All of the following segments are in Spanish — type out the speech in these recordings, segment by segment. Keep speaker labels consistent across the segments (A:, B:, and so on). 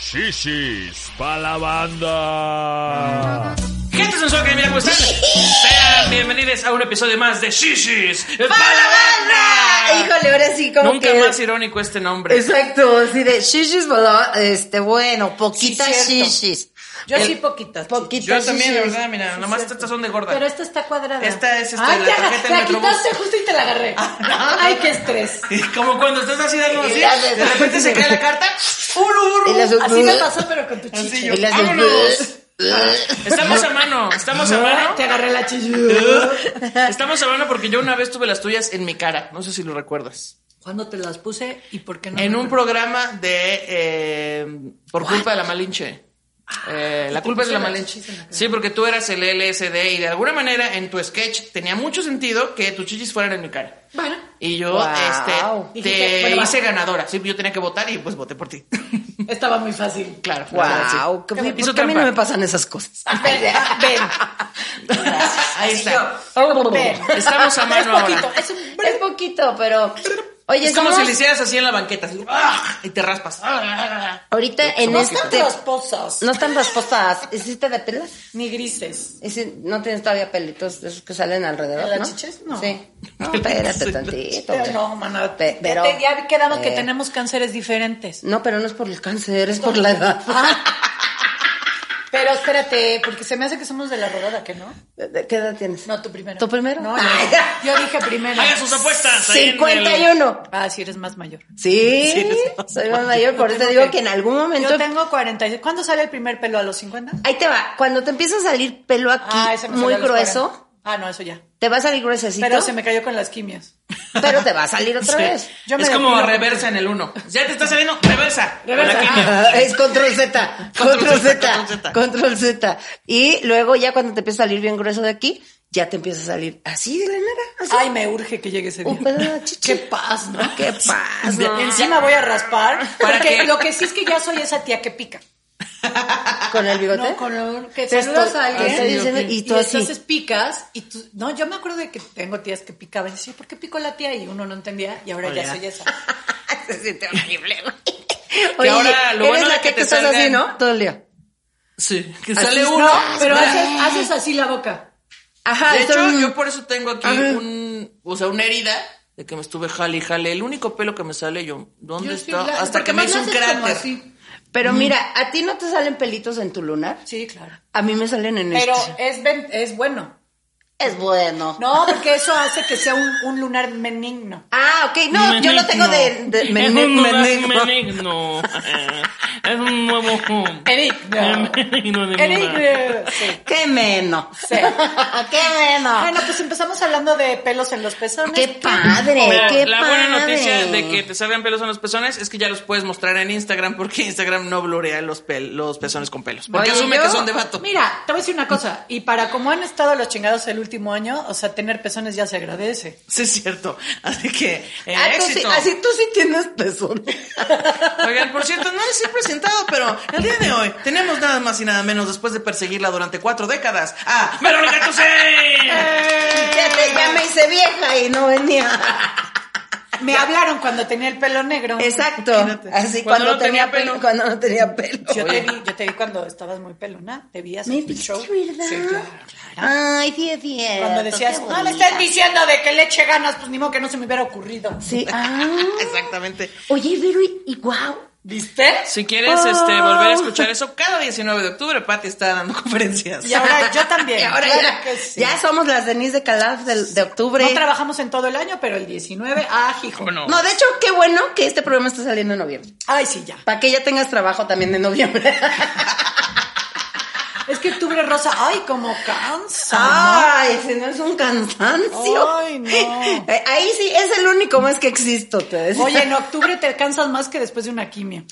A: Shishis pa' la banda.
B: Gente sensual que mira cómo están. Sean bienvenidos a un episodio más de Shishis pa' la banda.
C: Híjole, ahora sí, como
B: Nunca
C: que...
B: más irónico este nombre.
C: Exacto, así de shishis, bala- este, bueno, poquitas
D: Sí, cierto.
C: shishis.
D: Yo
C: El-
D: sí poquitas.
C: Poquitas
B: Yo también, la
C: shishis.
B: verdad, mira, nomás
D: cierto.
B: estas son de gorda.
D: Pero esta está cuadrada.
B: Esta es, este,
D: Ay,
B: la
D: te
B: tarjeta del
D: aga- la
B: Metrobús. Ah.
D: quitaste justo y te la agarré. Ay, qué estrés.
B: Y Como cuando estás así dando así,
C: Y le haces-
B: de repente se cae la carta.
D: Uru,
C: Y
D: uru.
C: las-
D: Así me pasó, pero con tu chichi.
B: Así yo.
C: Y las de-
B: ¡Vámonos! Ah. Estamos a mano, estamos a mano.
D: Ay, te agarré la chichi.
B: Estamos a mano porque yo una vez tuve las tuyas en mi cara. No sé si lo recuerdas.
D: ¿Cuándo te las puse y por qué no?
B: En
D: me
B: un
D: acuerdo?
B: programa de eh, Por culpa de la Malinche. Eh, la culpa es de la
D: pusieron
B: Malinche.
D: chichis en Ah, la cara.
B: Sí, porque tú eras el LSD y de alguna manera en tu sketch tenía mucho sentido que tus chichis fueran en mi cara.
D: Bueno,
B: Y yo
C: Wow.
B: este,
D: Dijiste,
B: te
D: bueno, va.
B: hice ganadora. Sí, yo tenía que votar y pues voté por ti.
D: estaba muy fácil.
B: claro. la verdad, sí.
C: Wow, ¿qué- ¿por
B: Hizo
C: qué a mí no
B: trampa.
C: me Ah, pasan esas cosas?
D: Ah,
B: Ahí
D: Así
B: está.
C: Oh.
D: yo. Ven.
B: Estamos a mano
D: Es poquito,
B: ahora.
D: es un
C: Es poquito, pero... Oye,
B: es como
C: somos-
B: si le hicieras así en la banqueta. así, ¡ah! y te raspas. ¡ah!
C: Ahorita en
D: No están
C: este...
D: rasposas,
C: No están rasposas. ¿Hiciste de pelas?
D: ni grises.
C: Ese- no tienes todavía pelitos de esos que salen alrededor,
D: ¿De
C: ¿no?
D: las chichis? No.
C: Sí. No, espérate tantito.
D: Pero
C: hombre.
D: no, maná.
C: Pe- pero-
D: ya, te- ya quedaron que
C: eh,
D: tenemos cánceres diferentes.
C: No, pero no es por el cáncer, es por la edad.
D: Ah. Pero espérate, porque se me hace que somos de la rodada, ¿que no?
C: ¿Qué edad tienes?
D: No, tú primero. Ah,
C: ¿Tú primero?
D: No, yo,
C: Ay.
D: yo dije primero.
B: Hagan sus apuestas. ahí en el-
C: 51.
D: Ah, si eres más mayor.
C: Sí, soy más mayor, por eso
D: Tengo
C: digo que en algún
D: Yo
C: momento...
D: tengo 46. ¿Cuándo sale el primer pelo? ¿A los 50?
C: Ahí te va, cuando te empieza a salir pelo aquí
D: Ah, ese me salió
C: muy
D: a los
C: grueso,
D: 40. Ah, no, eso ya.
C: te va a salir gruesecito,
D: Pero se me cayó con las quimias.
C: pero te va a salir otra vez.
D: Yo me
B: es
D: la
B: como
D: pido.
B: reversa en el 1. Ya te está saliendo, reversa. Con la quimio.
C: Ah, es control Z,
B: Control
C: control
B: Z,
C: Z, control Z. Y luego ya cuando te empieza a salir bien grueso de aquí, ya te empieza a salir así de la nada, así.
D: Ay, me urge que llegue ese día.
C: un pedo de chichi.
D: Qué paz, ¿no?
C: Qué paz, ¿no?
D: Encima voy a raspar.
B: ¿Para
D: Porque
B: qué?
D: lo que sí es que ya soy esa tía que pica.
C: Con el bigote.
D: No, con lo que
C: Te
D: saludas
C: estoy-
D: a
C: te estoy
D: alguien
C: diciendo, y tú así.
D: entonces picas y tú, no, yo me acuerdo de que tengo tías que picaban y decía, ¿por qué picó la tía? Y uno no entendía y ahora ya
B: Hola.
D: soy esa.
C: Se siente horrible.
B: Y
C: Oye,
B: ahora lo
C: eres
B: bueno de
C: la
B: que
C: que,
B: te
C: te estás
B: salgan-
C: así, ¿no? Todo el día.
B: Sí, que
C: Así
B: sale
C: es,
B: uno.
D: No, pero
B: De
D: haces, haces así la boca.
C: Ajá,
B: hecho,
C: son-
B: yo por eso tengo aquí
C: Ajá.
B: un, o sea, una herida de que me estuve jale y jale. El único pelo que me sale yo, ¿dónde
D: Yo sí
B: está?
D: la-
B: Hasta
D: porque
B: que me
D: más
B: hizo
D: la
B: un
D: haces como
B: cráter.
D: así.
C: Pero mira, a ti no te salen pelitos en tu lunar.
D: Sí, claro.
C: A mí me salen en
D: Pero
C: este.
D: es, ben- es bueno.
C: Es bueno.
D: No, porque eso hace que sea un, un lunar benigno.
C: Ah, ok. No, yo lo tengo de... de-
E: es
C: meni-
E: un lugar
C: menigno.
E: benigno. es un nuevo home.
D: Benigno.
E: Benigno de lugar.
D: Benigno. Sí.
C: Qué meno.
D: Sí.
C: Qué meno.
D: Bueno, pues empezamos hablando de pelos en los pezones.
C: Qué padre,
B: Mira,
C: qué
B: la
C: padre.
B: buena noticia de que te salgan pelos en los pezones es que ya los puedes mostrar en Instagram porque Instagram no blurea los, pel- los pezones con pelos. Porque
C: Oye,
B: asume
C: yo-
B: que son de vato.
D: Mira, te voy a decir una cosa. Y para como han estado los chingados el último año, o sea, tener pezones ya se agradece.
B: Sí, es cierto. Así que, eh,
C: Ah, tú sí,
B: éxito.
C: así tú sí tienes pezones.
B: Oigan, por cierto, no les he presentado, pero el día de hoy tenemos nada más y nada menos después de perseguirla durante cuatro décadas a Verónica Tucen.
C: Ya, te- ya me hice vieja y no venía.
D: Me hablaron cuando tenía el pelo negro.
C: Exacto.
D: Imagínate.
C: Así
B: Cuando
C: cuando,
B: no tenía
C: tenía, pelo.
B: pelo.
C: cuando no tenía pelo.
D: Yo te, vi, yo te vi cuando estabas muy pelona, te vi
C: Me
D: hacer el
C: viste,
D: show.
C: ¿verdad?
D: Sí, claro, claro.
C: Ay, bien, bien.
D: Cuando decías, no le estás diciendo de que le eche ganas, pues ni modo que no se me hubiera ocurrido.
C: Sí, ah.
B: Exactamente.
C: Oye, Vero, y, y guau.
D: ¿Viste?
B: Si quieres
C: Oh.
B: este, volver a escuchar eso, cada 19 de octubre Patti está dando conferencias.
D: Y ahora yo también.
C: Y ahora
D: claro
C: ya,
D: que sí.
C: ya somos las Denise de Calaf del- de, octubre.
D: No trabajamos en todo el año, pero el 19, ah, hijo.
B: ¿Cómo no?
C: No, de hecho, qué bueno que este programa está saliendo en noviembre.
D: Ay, sí, ya.
C: Para que ya tengas trabajo también de noviembre.
D: Es que octubre rosa, ay, como cansa.
C: Ay, si no es un cansancio.
D: Ay, no.
C: Eh, Ahí sí, es el único mes que existo, te
D: ¿no?
C: decía.
D: Oye, en octubre te cansas más que después de una quimia.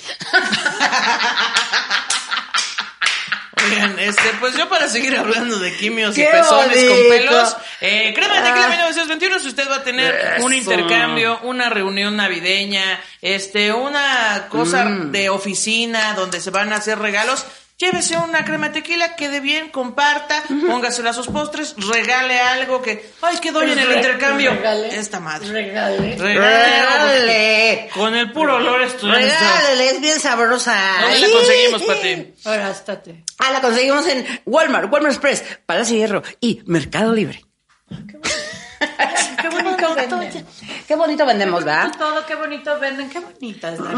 B: Oigan, este, pues yo para seguir hablando de quimios y
C: ¡Qué
B: pezones con
C: bonito!
B: pelos, eh, crema de tecla
C: Ah.
B: 1921, si usted va a tener un intercambio, una reunión navideña, este, una cosa de oficina donde se van a hacer regalos, Llévese una crema de tequila, quede bien, comparta, póngasela a sus postres, regale algo que. Ay, quedó doy en el
D: Re-
B: intercambio.
D: regale.
B: Esta madre.
D: Regale.
B: Regale algo.
C: Regálale.
E: Con el puro olor estudiante.
C: Regálale, es bien sabrosa.
E: ¿Dónde la
C: Ay.
E: conseguimos, Pati?
D: Ahora, estate.
C: Ah, la conseguimos en Walmart, Walmart Express, Palacio de Hierro y Mercado Libre.
D: Qué bonito venden.
C: Qué bonito vendemos, ¿verdad?
D: Todo, qué bonito venden. Qué bonita es
C: Mm,
D: la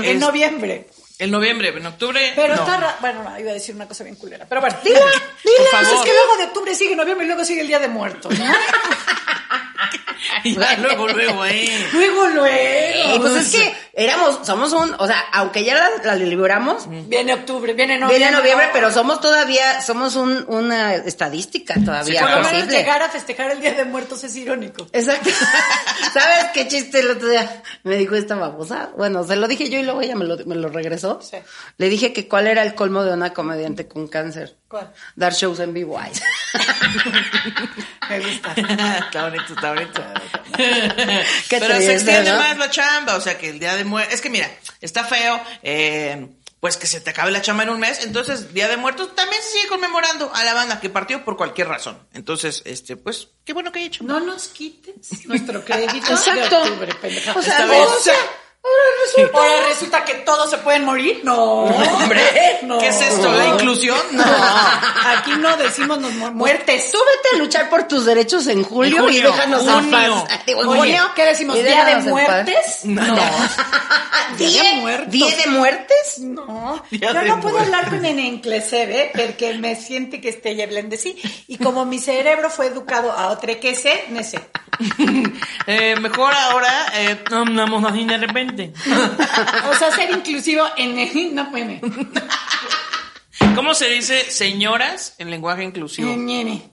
D: vida. en
B: es-
D: noviembre.
B: En noviembre, en octubre.
D: Pero
B: no.
D: está ra- Bueno, no, iba a decir una cosa bien culera. Pero bueno.
C: Dila, dila.
D: Pues es
B: favor.
D: que luego de octubre sigue noviembre y luego sigue el Día de Muertos. ¿no?
B: Y ya luego, luego, eh.
D: luego, luego.
C: Y pues es que éramos, somos un, o sea, aunque ya la, la libramos,
D: Viene octubre, viene noviembre.
C: viene noviembre, pero somos todavía, somos un, una estadística todavía
D: Por lo menos
C: posible.
D: llegar a festejar el Día de Muertos es irónico.
C: Exacto. ¿Sabes qué chiste el otro día me dijo esta babosa? Bueno, se lo dije yo y luego ella me lo, me lo regresó.
D: Sí.
C: Le dije que cuál era el colmo de una comediante con cáncer.
D: ¿Cuál?
C: Dar shows en vivo. Ay.
D: Me gusta.
B: está bonito, está bonito.
C: Qué
B: Pero
C: triste,
B: se extiende
C: ¿no?
B: más la chamba, o sea que el día de muertos, es que mira, está feo, eh, pues que se te acabe la chamba en un mes, entonces Día de Muertos también se sigue conmemorando a la banda que partió por cualquier razón. Entonces, este, pues, qué bueno que he hecho.
D: No nos quites nuestro crédito
C: Exacto.
D: de octubre, pendeja.
C: O sea,
B: Esta
C: no,
B: vez-
C: o sea, ahora resulta.
D: Ahora resulta que todos se pueden morir. No, hombre. No.
B: ¿Qué es esto? ¿La inclusión?
D: No.
B: No.
D: Aquí no decimos nos mu- muertes.
C: Tú vete a luchar por tus derechos en julio,
B: En julio,
C: y déjanos en
B: junio.
C: paz. Digo, en
D: Oye,
C: junio,
D: ¿qué decimos?
C: y
D: ¿Día de
C: déjanos en paz. Ah,
D: muertes? No.
C: ¿Día de muertes? ¿Día de muertes?
D: No,
B: Ya
D: yo
B: de
D: no puedo
B: muerte.
D: hablar con en inglés, ¿eh? Porque me siente que estoy hablando así. Y como mi cerebro fue educado a otra que sé, no sé.
B: Eh, mejor ahora, eh,
E: No hablamos así de repente.
D: O sea, ser inclusivo en el... No puede.
B: ¿cómo se dice señoras en lenguaje
C: Mm,
B: inclusivo?
D: Ñene.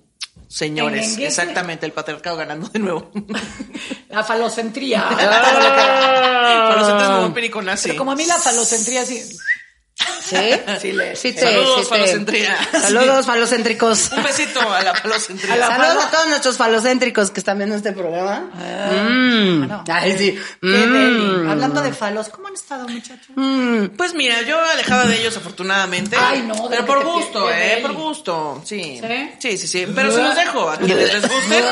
B: Señores,
D: en- en-
B: exactamente, el patriarcado ganando de nuevo.
D: La falocentría.
B: Ah. Para
E: Para
B: nosotros no un periconazi.
D: Pero como a mí la falocentría sí...
C: ¿Sí?
D: Sí, le-
C: te-
B: Saludos,
C: te-
B: falocentría.
C: Saludos, falocéntricos.
B: Un besito a la palocentría.
D: A la-
C: Saludos
D: palo-
C: a todos nuestros falocéntricos que están viendo este programa. Mm.
D: no.
C: Ay, sí.
D: Ah, Qué
C: Mm.
D: deli. Hablando de falos, ¿cómo han estado, muchachos?
B: Pues mira, yo alejada de ellos afortunadamente.
D: Ay, no, de
B: Pero
D: lo
B: por
D: que te
B: gusto,
D: pierde,
B: eh,
D: Eli.
B: por gusto. Sí.
D: ¿Sí?
B: Sí, sí, sí. Pero se los dejo a quienes les gusten.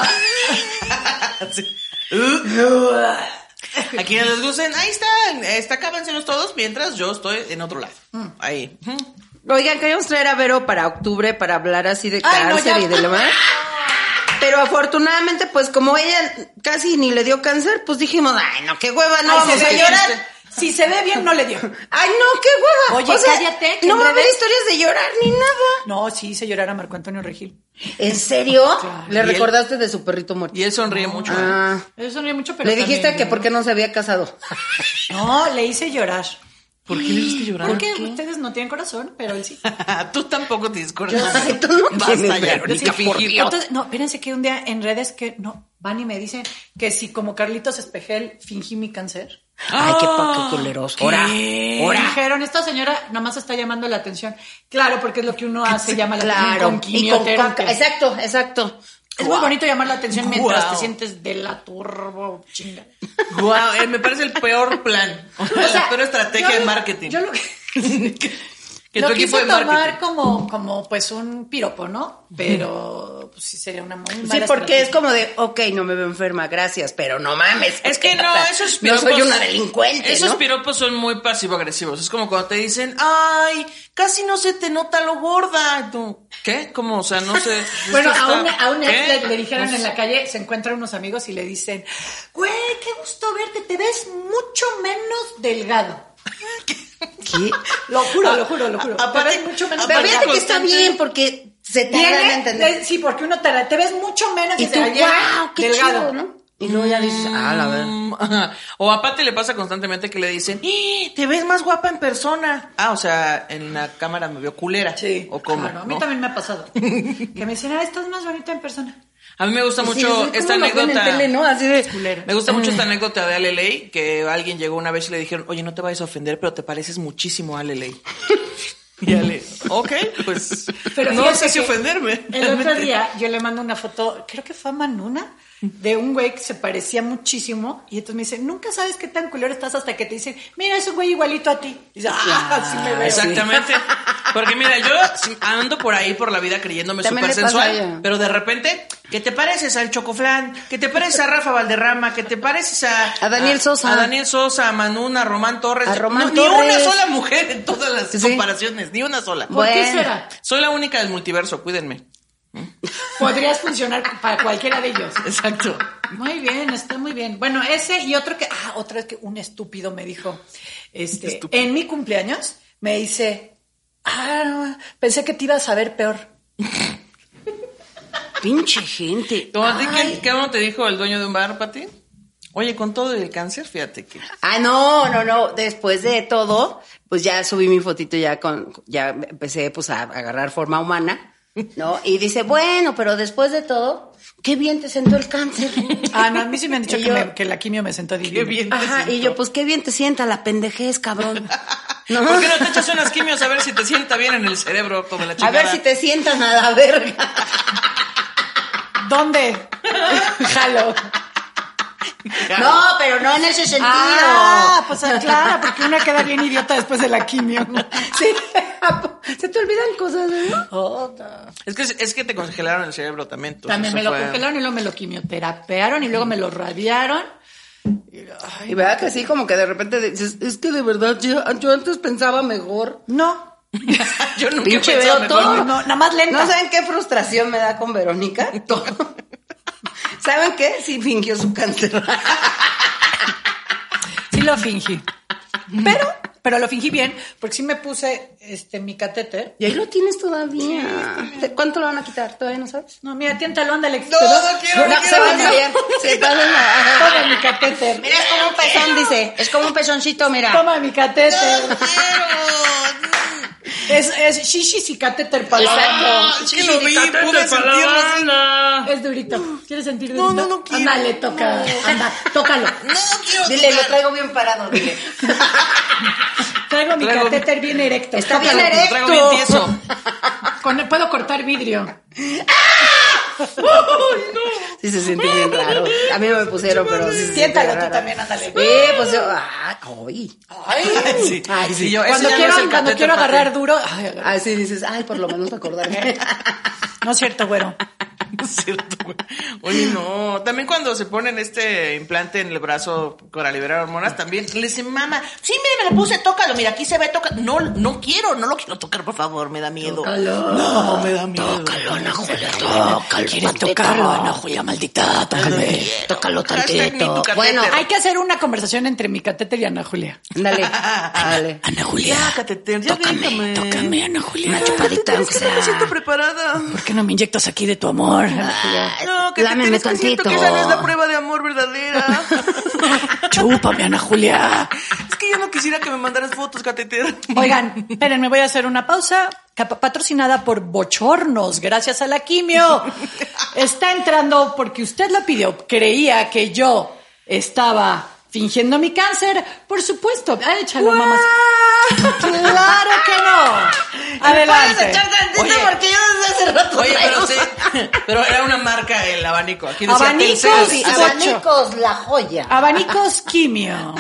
B: Sí. A quienes les gusten, ahí están, está, acábenselos todos mientras yo estoy en otro lado.
D: Mm.
B: Ahí.
C: Oigan, queríamos traer a Vero para octubre para hablar así de
D: Ay, no,
C: cáncer
D: ya.
C: y de lo más. Pero afortunadamente, pues como ella casi ni le dio cáncer, pues dijimos, ay, no, qué hueva, no
D: Ay,
C: vamos
D: se
C: a
D: ve
C: llorar.
D: bien. Si se ve bien, no le dio.
C: Ay, no, qué hueva.
D: Oye, cállate, que
C: No
D: en
C: va a haber
D: breve-
C: historias de llorar ni nada.
D: No, sí hice llorar a Marco Antonio Regil.
C: ¿En serio?
B: Y
C: Le
B: él-
C: recordaste de su perrito muerto.
B: Y él sonríe mucho.
C: Ah.
D: Eso sonríe mucho, pero
C: Le dijiste
D: también-
C: que por qué no se había casado.
D: No, le hice llorar.
B: ¿Por qué le hiciste llorar?
D: Porque ustedes no tienen corazón, pero él sí.
B: Tú tampoco tienes
C: Yo
B: corazón.
C: sé, tú no
B: Basta
C: tienes,
B: ya,
C: Verónica,
B: ni que
C: por
B: fingir.
C: Dios.
D: Entonces, no, espérense que un día en redes que no van y me dicen que si como Carlitos Espejel fingí mi cáncer.
C: Ay, qué
B: Ah,
C: poco culeros. Ahora,
D: Me
C: ahora.
D: Dijeron, esta señora nomás está llamando la atención. Claro, porque es lo que uno hace, llama la
C: Claro. Y
D: atención con
C: con- con-
D: quimioterapia.
C: exacto, exacto.
D: Es muy bonito llamar la atención mientras
B: Guau.
D: te sientes de la turbo chinga.
B: Guau, eh, me parece el peor plan. la peor estrategia
D: yo
B: de
D: lo-
B: marketing.
D: Yo lo que,
B: que
D: lo
B: tu equipo
D: quise
B: de
D: tomar
B: marketing.
D: como, como pues un piropo, ¿no? Pero pues, sí sería una muy
C: Sí,
D: mala
C: porque es
D: estrategia.
C: como de, ok, no me veo enferma, gracias, pero no mames.
B: Es que no,
C: O sea,
B: esos
C: No
B: piropos.
C: soy una delincuente,
B: Esos
C: ¿no?
B: piropos son muy pasivo-agresivos. Es como cuando te dicen, ay, casi no se te nota lo gorda. Y tú, ¿Qué? ¿Cómo? O sea, no sé.
D: Bueno,
B: esto
D: a un,
B: está-
D: a un ex
C: ¿Eh?
B: ¿qué?
D: le, le dijeron
C: Pues
D: en la calle, se encuentran unos amigos y le dicen, güey, qué gusto verte, te ves mucho menos delgado.
C: Sí.
D: Lo juro,
C: Ah,
D: lo juro, lo juro. Te
B: aparte-
D: ves mucho menos
C: Pero
B: aparte
C: fíjate
D: delgado.
C: que está
B: constante.
C: bien porque se te
D: Tiene-
C: hagan entender.
D: te- sí, porque uno te, te ves mucho menos
C: Y
D: desde
C: tú,
D: ayer
C: wow, qué
D: delgado.
C: chido, ¿no? Y luego ya dices, ah, la verdad.
B: Mm, ajá. O a Pati le pasa constantemente que le dicen, "Eh, te ves más guapa en persona. Ah, o sea, en la cámara me vio culera.
D: Sí.
B: O cómo.
D: Claro, a mí
B: ¿no?
D: también me ha pasado. que me dicen, ah, estás más bonita en persona.
B: A mí me gusta
C: Sí,
B: mucho
C: sí, sí,
B: esta
C: ¿cómo lo ven en
B: anécdota.
C: tele, no? Así de-
D: Culero.
B: Me gusta mucho esta
D: Mm.
B: anécdota de Ale Ley, que alguien llegó una vez y le dijeron, oye, no te vayas a ofender, pero te pareces muchísimo a Ale Ley. Ya le. Ok, pues.
D: Pero
B: no
D: fíjate
B: sé si
D: que
B: ofenderme.
D: El otro
B: realmente.
D: día yo le mando una foto, creo que fue a Manuna, de un güey que se parecía muchísimo. Y entonces me dice, nunca sabes qué tan culero estás hasta que te dicen, mira, es un güey igualito a ti. Y dice, ah, así me veo.
B: Exactamente. Porque mira, yo sí ando por ahí por la vida creyéndome
C: También
B: súper
C: le pasa a
B: sensual,
C: ella.
B: pero de repente, que te pareces al Chocoflan, que te pareces a Rafa Valderrama, que te pareces a...
C: A Daniel Sosa.
B: A Daniel Sosa, a Manuna, a Román Torres.
C: A Román
B: No, Ni
C: Torres.
B: una sola mujer en todas las
C: Sí.
B: comparaciones, ni una sola.
D: ¿Por qué
C: Bueno.
D: será?
B: Soy la única del multiverso, cuídenme.
D: Podrías funcionar para cualquiera de ellos.
B: Exacto.
D: Muy bien, está muy bien. Bueno, ese y otro que, ah, otro que un estúpido me dijo, este, en mi cumpleaños me dice, ah, no, pensé que te ibas a ver peor.
C: Pinche gente.
B: ¿Cómo te- ¿Qué, qué bueno te dijo el dueño de un bar, Pati? Oye, con todo el cáncer, fíjate que...
C: Ah, no, no, no. Después de todo, pues ya subí mi fotito, ya con, ya empecé pues a agarrar forma humana, ¿no? Y dice, bueno, pero después de todo, qué bien te sentó el cáncer.
D: Ah, no, a mí sí me han dicho
C: Y
D: que,
C: yo-
D: me- que la quimio me sentó divino.
B: Qué bien. te
C: Ajá, y
B: siento.
C: yo, pues qué bien te sienta la pendejez, cabrón. ¿No?
B: ¿Por qué no te echas unas quimios a ver si te sienta bien en el cerebro como la chica?
C: A ver si te sientan a la verga.
D: ¿Dónde? Jalo.
C: No, pero no en ese sentido.
D: Ah, pues claro, porque una queda bien idiota después de la quimio.
C: Sí. Se te olvidan cosas, ¿no?
B: Es que, es que te congelaron el cerebro también. entonces
D: También me
B: eso
D: lo
B: fue-
D: congelaron y luego me lo quimioterapearon y luego me lo radiaron.
C: Y verdad que sí, como que de repente dices, es que de verdad yo, yo antes pensaba mejor.
D: No,
B: Yo nunca
C: Pinche
B: he pensado
C: veo
B: mejor.
C: todo.
D: No, no, nada más lenta.
C: ¿No saben qué frustración me da con Verónica? Todo. ¿Saben qué? Sí fingió su cáncer.
D: Sí lo fingí. Pero, pero lo fingí bien, porque sí me puse este mi catéter.
C: Y ahí lo tienes todavía. ¿De ¿Cuánto lo van a quitar? ¿Todavía no sabes?
D: No, mira, tiéntalo, ándale.
B: No, no quiero, no,
C: No, se
B: quiero.
C: va a caer. Se va a desmayar.
D: Toma mi catéter.
C: Mira, es como un pezón, dice. Es como un pezoncito, mira.
D: Toma mi catéter.
B: No quiero.
D: Es, es shishis y catéter para
C: Exacto.
B: Es que lo vi, pude
E: para la
B: sentirlo. así.
E: banda.
D: Es durito. ¿Quieres sentir
B: No,
D: durito?
B: no, no quiero.
D: Ándale, toca. Anda, tócalo.
B: No, no quiero.
C: Dile, lo
B: tocar.
C: traigo bien parado, dile.
D: Traigo mi
B: Traigo-
D: catéter bien erecto.
C: Está bien
D: Tócalo.
C: erecto.
B: Lo traigo bien tieso.
D: Con- puedo cortar vidrio.
C: Sí se siente bien raro. A mí no me pusieron, pero sí se siente
D: Siéntalo tú
C: raro.
D: también, ándale.
C: Eh, pues yo, ah, ay.
B: Ay, sí.
C: Ay, sí.
B: Y yo, ese
D: Cuando
B: ya no
D: quiero,
B: es el
D: cuando
B: catéter
D: quiero
B: para ti.
D: agarrar duro. ay, agarra-
C: Así ah, dices, ay, por lo menos acordarme.
D: no es cierto, güero.
B: No es cierto, güey. Oye, no. También cuando se ponen este implante en el brazo para liberar hormonas, también les dice, mamá, sí, mira, me lo puse, tócalo, mira, aquí se ve, toca. No, no quiero, no lo quiero tocar, por favor, me da miedo. No, me da miedo.
C: Ana Julia, tócalo. Quiere tocarlo, Ana Julia, maldita, tócame.
D: eh,
C: Tócalo
B: Hashtag ni tu
C: tantito.
B: catéter.
C: Bueno,
D: Hay que hacer una conversación entre mi catéter y Ana Julia.
C: dale, dale.
F: Ana Julia,
B: Ya, catéter, ya déjame.
F: tócame, tócame, Ana Julia.
C: Una chupadita,
B: Es
C: aunque
B: que no me siento
C: sea.
B: preparada.
D: ¿Por qué no me inyectas aquí de tu amor? Ana
C: Ah.
D: Julia?
B: No, que
C: Lámeme
B: te siento
C: tantito.
B: que esa no
D: oh.
B: es la prueba de amor verdadera.
D: Chúpame, Ana Julia.
B: es que yo no quisiera que me mandaras fotos, catéter.
D: Oigan, espérenme, voy a hacer una pausa. Capa- Patrocinada por Bochornos, gracias a la quimio. Está entrando porque usted lo pidió. Creía que yo estaba fingiendo mi cáncer. Por supuesto. Ah, échalo, mamás. ¡Claro que no!
C: Puedes
D: Adelante.
C: echar tantito
B: Oye.
C: porque yo desde hace rato
B: Oye, pero
C: traigo-
B: sí, pero era una marca el abanico. Aquí decía
D: Abanicos
B: Telcel.
C: Sí,
D: y
B: Así-
C: Abanicos, la joya.
B: Ah.
D: Abanicos quimio.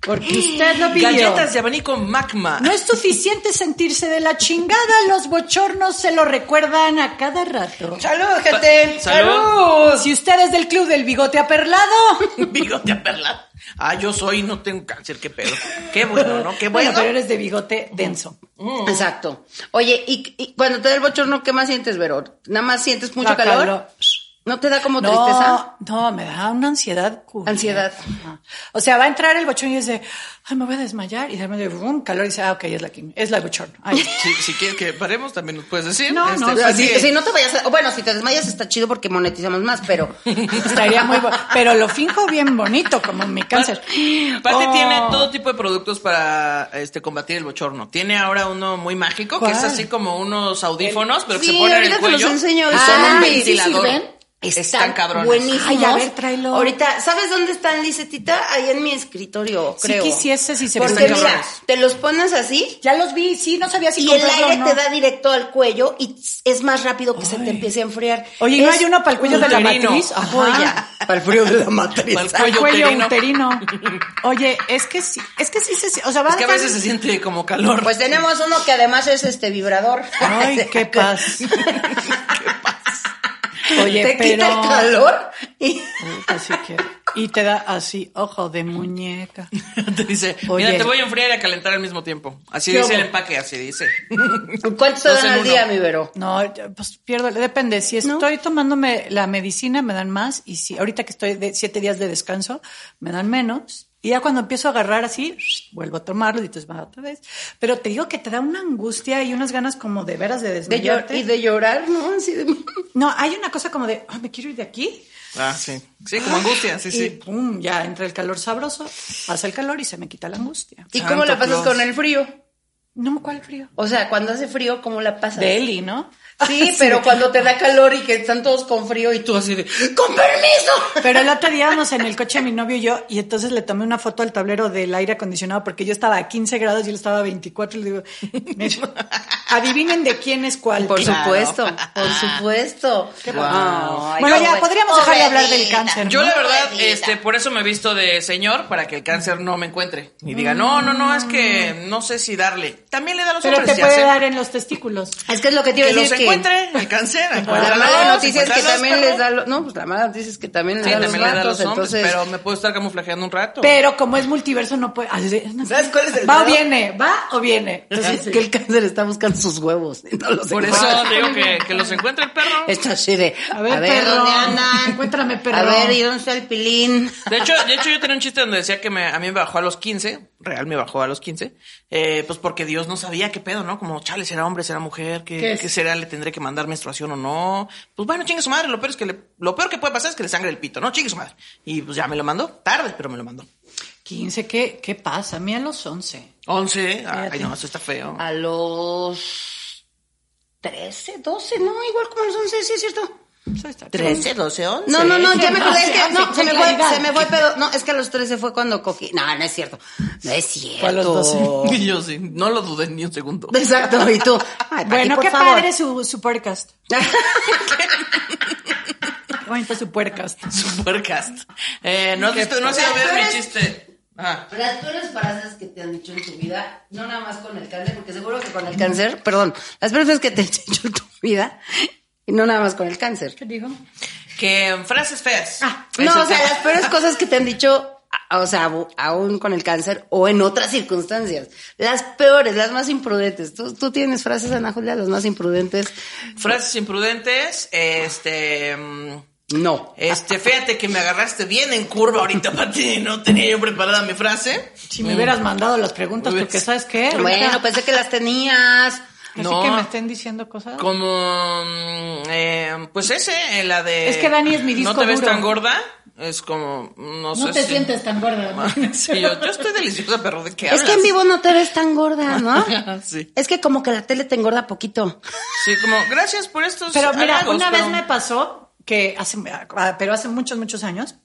D: Porque usted lo pidió.
B: Galletas de abanico magma.
D: No es suficiente sentirse de la chingada, los bochornos se lo recuerdan a cada rato.
C: Salud, gente.
B: Salud.
D: Si usted es del club del bigote aperlado,
B: Bigote a perla. Ah, yo soy, no tengo cáncer, qué pedo. Qué bueno, ¿no? Qué
D: bueno,
B: bueno.
D: pero eres de bigote denso.
C: Exacto. Oye, y, y cuando te da el bochorno, ¿qué más sientes, Verón? ¿Nada más sientes mucho
D: Da
C: calor?
D: calor.
C: ¿No te da como tristeza?
D: No, no, me da una ansiedad. culera.
C: Ansiedad.
D: Ajá. O sea, va a entrar el bochorno y dice, ay, me voy a desmayar. Y de repente, boom, calor. Y dice, ah, ok, es la quimio, es la bochorno. Ay,
B: Si, si quieres que paremos, también nos puedes decir.
D: No, no,
B: pues,
C: Si,
B: sí.
C: si no te vayas a- Bueno, si te desmayas está chido porque monetizamos más, pero...
D: estaría muy bueno. Pero lo finjo bien bonito, como mi cáncer.
B: Pati
D: Oh.
B: tiene todo tipo de productos para este combatir el bochorno. Tiene ahora uno muy mágico, que es
D: ¿Cuál?
B: así como unos audífonos, pero que
C: Sí,
B: se pone en
C: ahorita
B: el
C: te los
B: cuello.
C: enseño.
B: y
C: Ah,
B: son un
C: ¿sí
B: ventilador.
C: sirven? Están,
B: Están cabrones.
C: buenísimos.
D: Ay, a ver, tráelo.
C: Ahorita, ¿sabes dónde están, Lisetita? Ahí en mi escritorio,
D: Sí
C: creo.
D: quisiese, si se
C: Porque
B: pueden.
C: mira,
B: Cabrones.
C: te los pones así
D: Ya los vi, sí, no sabía si
C: y el
D: comprarlo o
C: aire
D: no.
C: te da directo al cuello y tss, es más rápido que se
D: Ay.
C: te empiece a enfriar.
D: Oye, ¿y no
C: Es
D: hay uno para el cuello
C: un
D: de la
B: uterino.
D: matriz? Ajá.
C: joya. Para el frío de la matriz.
B: Para el
D: Al
B: cuello
D: cuello
B: uterino.
D: uterino. Oye, es que sí, es que sí se, o sea, va
B: Es que a
D: dejar-
B: veces se siente como calor.
C: Pues tenemos uno que además es este vibrador.
D: Ay, qué paz. Oye,
C: te
D: pero
C: quita el calor y
D: así que y te da así ojo de muñeca.
B: Te dice,
D: Oye.
B: mira, te voy a enfriar y a calentar al mismo tiempo. Así
D: ¿Qué
B: dice el
D: hubo?
B: empaque, así dice.
C: ¿Cuántos se
B: Dos en
C: dan al
B: uno.
C: día, mi Vero?
D: No, yo, pues pierdo, depende. Si estoy tomándome la medicina, me dan más. Y si ahorita que estoy de siete días de descanso, me dan menos. Y ya cuando empiezo a agarrar así, vuelvo a tomarlo y entonces va otra vez. Pero te digo que te da una angustia y unas ganas como de veras de
C: De llor-
D: desmayarte.
C: y de llorar, ¿no? Así de-
D: No, hay una cosa como de, "Ay, me quiero ir de aquí.
B: Ah, sí. Sí, como angustia, sí,
D: y
B: sí.
D: pum, ya entra el calor sabroso, pasa el calor y se me quita la angustia.
C: ¿Y cómo la
B: Santo
C: pasas
B: Claus.
C: con el frío?
D: No, ¿cuál frío?
C: O sea, cuando hace frío, ¿cómo la pasas?
D: Deli, ¿no?
C: Sí, pero cuando te da calor y que están todos con frío y tú así de ¡Con permiso!
D: Pero el otro día íbamos en el coche mi novio y yo y entonces le tomé una foto al tablero del aire acondicionado porque yo estaba a 15 grados y él estaba a 24 y le digo, "Me- adivinen de quién es cuál.
C: Por
B: Claro.
C: supuesto, por supuesto.
B: Guau.
C: Ay,
D: Bueno, ya,
C: pobre-
D: podríamos dejar de hablar del
C: pobrecita.
D: cáncer.
B: Yo la verdad,
C: Pobrecita.
B: este, por eso me he visto de señor, para que el cáncer no me encuentre. Y diga, no, no, no, es que no sé si darle. También le da a los
D: Pero
B: hombres,
D: te
B: ya
D: puede
B: sé.
D: dar en los testículos.
C: Es que es lo que te iba a
B: que los pues,
C: decir que
B: encuentre, el cáncer.
C: la
B: encuéntralos,
C: mala noticia es que
B: encuéntralos,
C: también
B: perro.
C: les da lo- no, pues la mala noticia es que también les
B: Sí,
C: da
B: también
C: los
B: le da a
C: vatos,
B: los hombres,
C: entonces
B: pero me puedo estar camuflajeando un rato.
D: Pero como es multiverso no puede...
C: ¿Sabes cuál es el
D: ¿Va o
C: pedo?
D: viene? ¿Va o viene? Entonces,
C: pues, que el cáncer está buscando sus huevos. y no los
B: Por
C: encuentra.
B: eso te digo que, que los encuentre el perro.
C: Está así de,
D: A ver, perro, encuéntrame, perro.
C: A ver, ¿y dónde está el pilín?
B: De hecho, de hecho, yo tenía un chiste donde decía que me, a mí me bajó a los 15, real me bajó a los 15, eh, pues porque Dios no sabía qué pedo, ¿no? Como, chale, será hombre, será mujer, ¿Qué,
D: ¿Qué es?
B: qué será, le tendré que mandar menstruación o no. Pues bueno, chingue su madre, lo peor, es que le- lo peor que puede pasar es que le sangre el pito, ¿no? Chingue su madre. Y pues ya me lo mandó, tarde, pero me lo mandó.
D: 15, ¿qué, qué pasa? A mí a los 11.
B: 11,
D: Fíjate.
B: ay no, eso está feo.
C: A los 13, 12, no, igual como a los 11, sí es cierto.
D: Soy esta-
B: 13, 12, 11.
C: No, no, no, ya me acordé, es que
D: 13,
C: no, se me fue,
D: claridad.
C: se me fue, pero no, es que a los 13 fue cuando cogí. No, no es cierto. No es cierto.
D: Fue a los 12.
B: Y yo sí, no lo dudé ni un segundo.
C: Exacto, y tú. Ay, Pati,
D: Bueno,
C: por
D: qué
C: favor.
D: padre su, su podcast. Qué bonito su podcast.
B: Supercast. Eh, no has
D: Qué
B: visto, no has ido a
C: padre.
B: ver mi chiste. Ah.
C: Las peores frases que te han dicho en tu vida, no nada más con el cáncer, porque seguro que con el cáncer, perdón, las peores frases que te han dicho en tu vida, y no nada más con el cáncer.
D: ¿Qué digo?
B: Que en frases feas. Es
C: Ah, No,
B: el
C: o sea,
B: tema.
C: las peores cosas que te han dicho, a- o sea, abu- aún con el cáncer o en otras circunstancias. Las peores, las más imprudentes. Tú, tú tienes frases, Ana Julia, las más imprudentes.
B: Frases imprudentes, este... mm,
C: No.
B: Este, fíjate que me agarraste bien en curva ahorita, Pati. No tenía yo preparada mi frase.
D: Si me hubieras mandado las preguntas,
B: Muy bien.
D: porque ¿sabes qué?
C: Ah, Bueno,
D: Ahorita,
C: pensé que las tenías.
D: así
B: no.
D: que me estén diciendo cosas.
B: Como, mm, eh, pues ese, eh, la de...
D: Es que Dani es mi disco
B: ¿No te ves
D: duro.
B: tan gorda? Es como, no, sé
D: No te
B: si-
D: sientes tan gorda.
B: Sí, yo, yo estoy deliciosa, pero ¿de qué
C: Es que en vivo no te ves tan gorda, ¿no?
B: vivo... sí.
C: Es que como que la tele te engorda poquito.
B: sí, como, gracias por estos
D: Pero mira,
B: halagos,
D: una
B: pero-
D: vez me pasó que hace, ah, pero hace muchos, muchos años,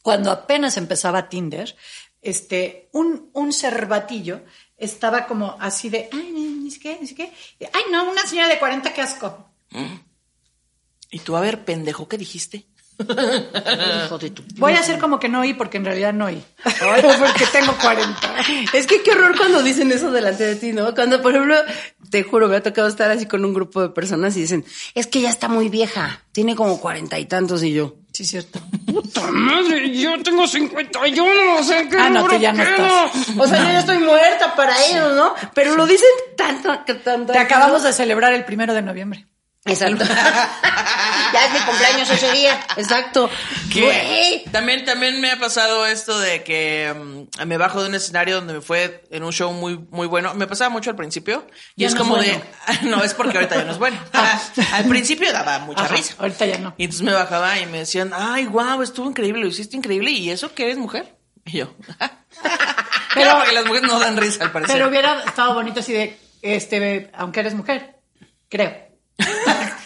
D: cuando apenas empezaba Tinder, este, un, un cervatillo estaba como así de, ay, no, es que, es que, ay, no, una señora de 40, qué asco.
B: Y tú, a ver, pendejo, ¿qué dijiste?
C: Hijo de tu-
D: Voy a hacer como que no oí, porque en realidad no oí. porque tengo 40.
C: Es que qué horror cuando dicen eso delante de ti, ¿no? Cuando, por ejemplo, te juro, me ha tocado estar así con un grupo de personas y dicen, es que ya está muy vieja, tiene como cuarenta y tantos y yo.
D: Sí, cierto.
F: Yo tengo 51, o sea, que
D: Ah, no, tú ya no estás.
C: O sea, yo ya estoy muerta para ellos, ¿no? Pero lo dicen tanto, que tanto.
D: Te acabamos de celebrar el primero de noviembre.
C: Exacto. ya es mi cumpleaños ese día. Exacto.
B: que También, también me ha pasado esto de que mm, me bajo de un escenario donde me fue en un show muy, muy bueno. Me pasaba mucho al principio. Y
D: Ya
B: es
D: no es
B: como
D: bueno.
B: de, no, es porque ahorita ya no es bueno.
D: Ah.
B: al principio daba mucha
D: Ajá,
B: risa.
D: Ahorita ya no.
B: Y entonces me bajaba y me decían, ay, guau, estuvo increíble, lo hiciste increíble. ¿Y eso que eres mujer? Y yo, pero porque las mujeres no dan risa al parecer.
D: Pero hubiera estado bonito así de, este, aunque eres mujer, creo.
B: Que-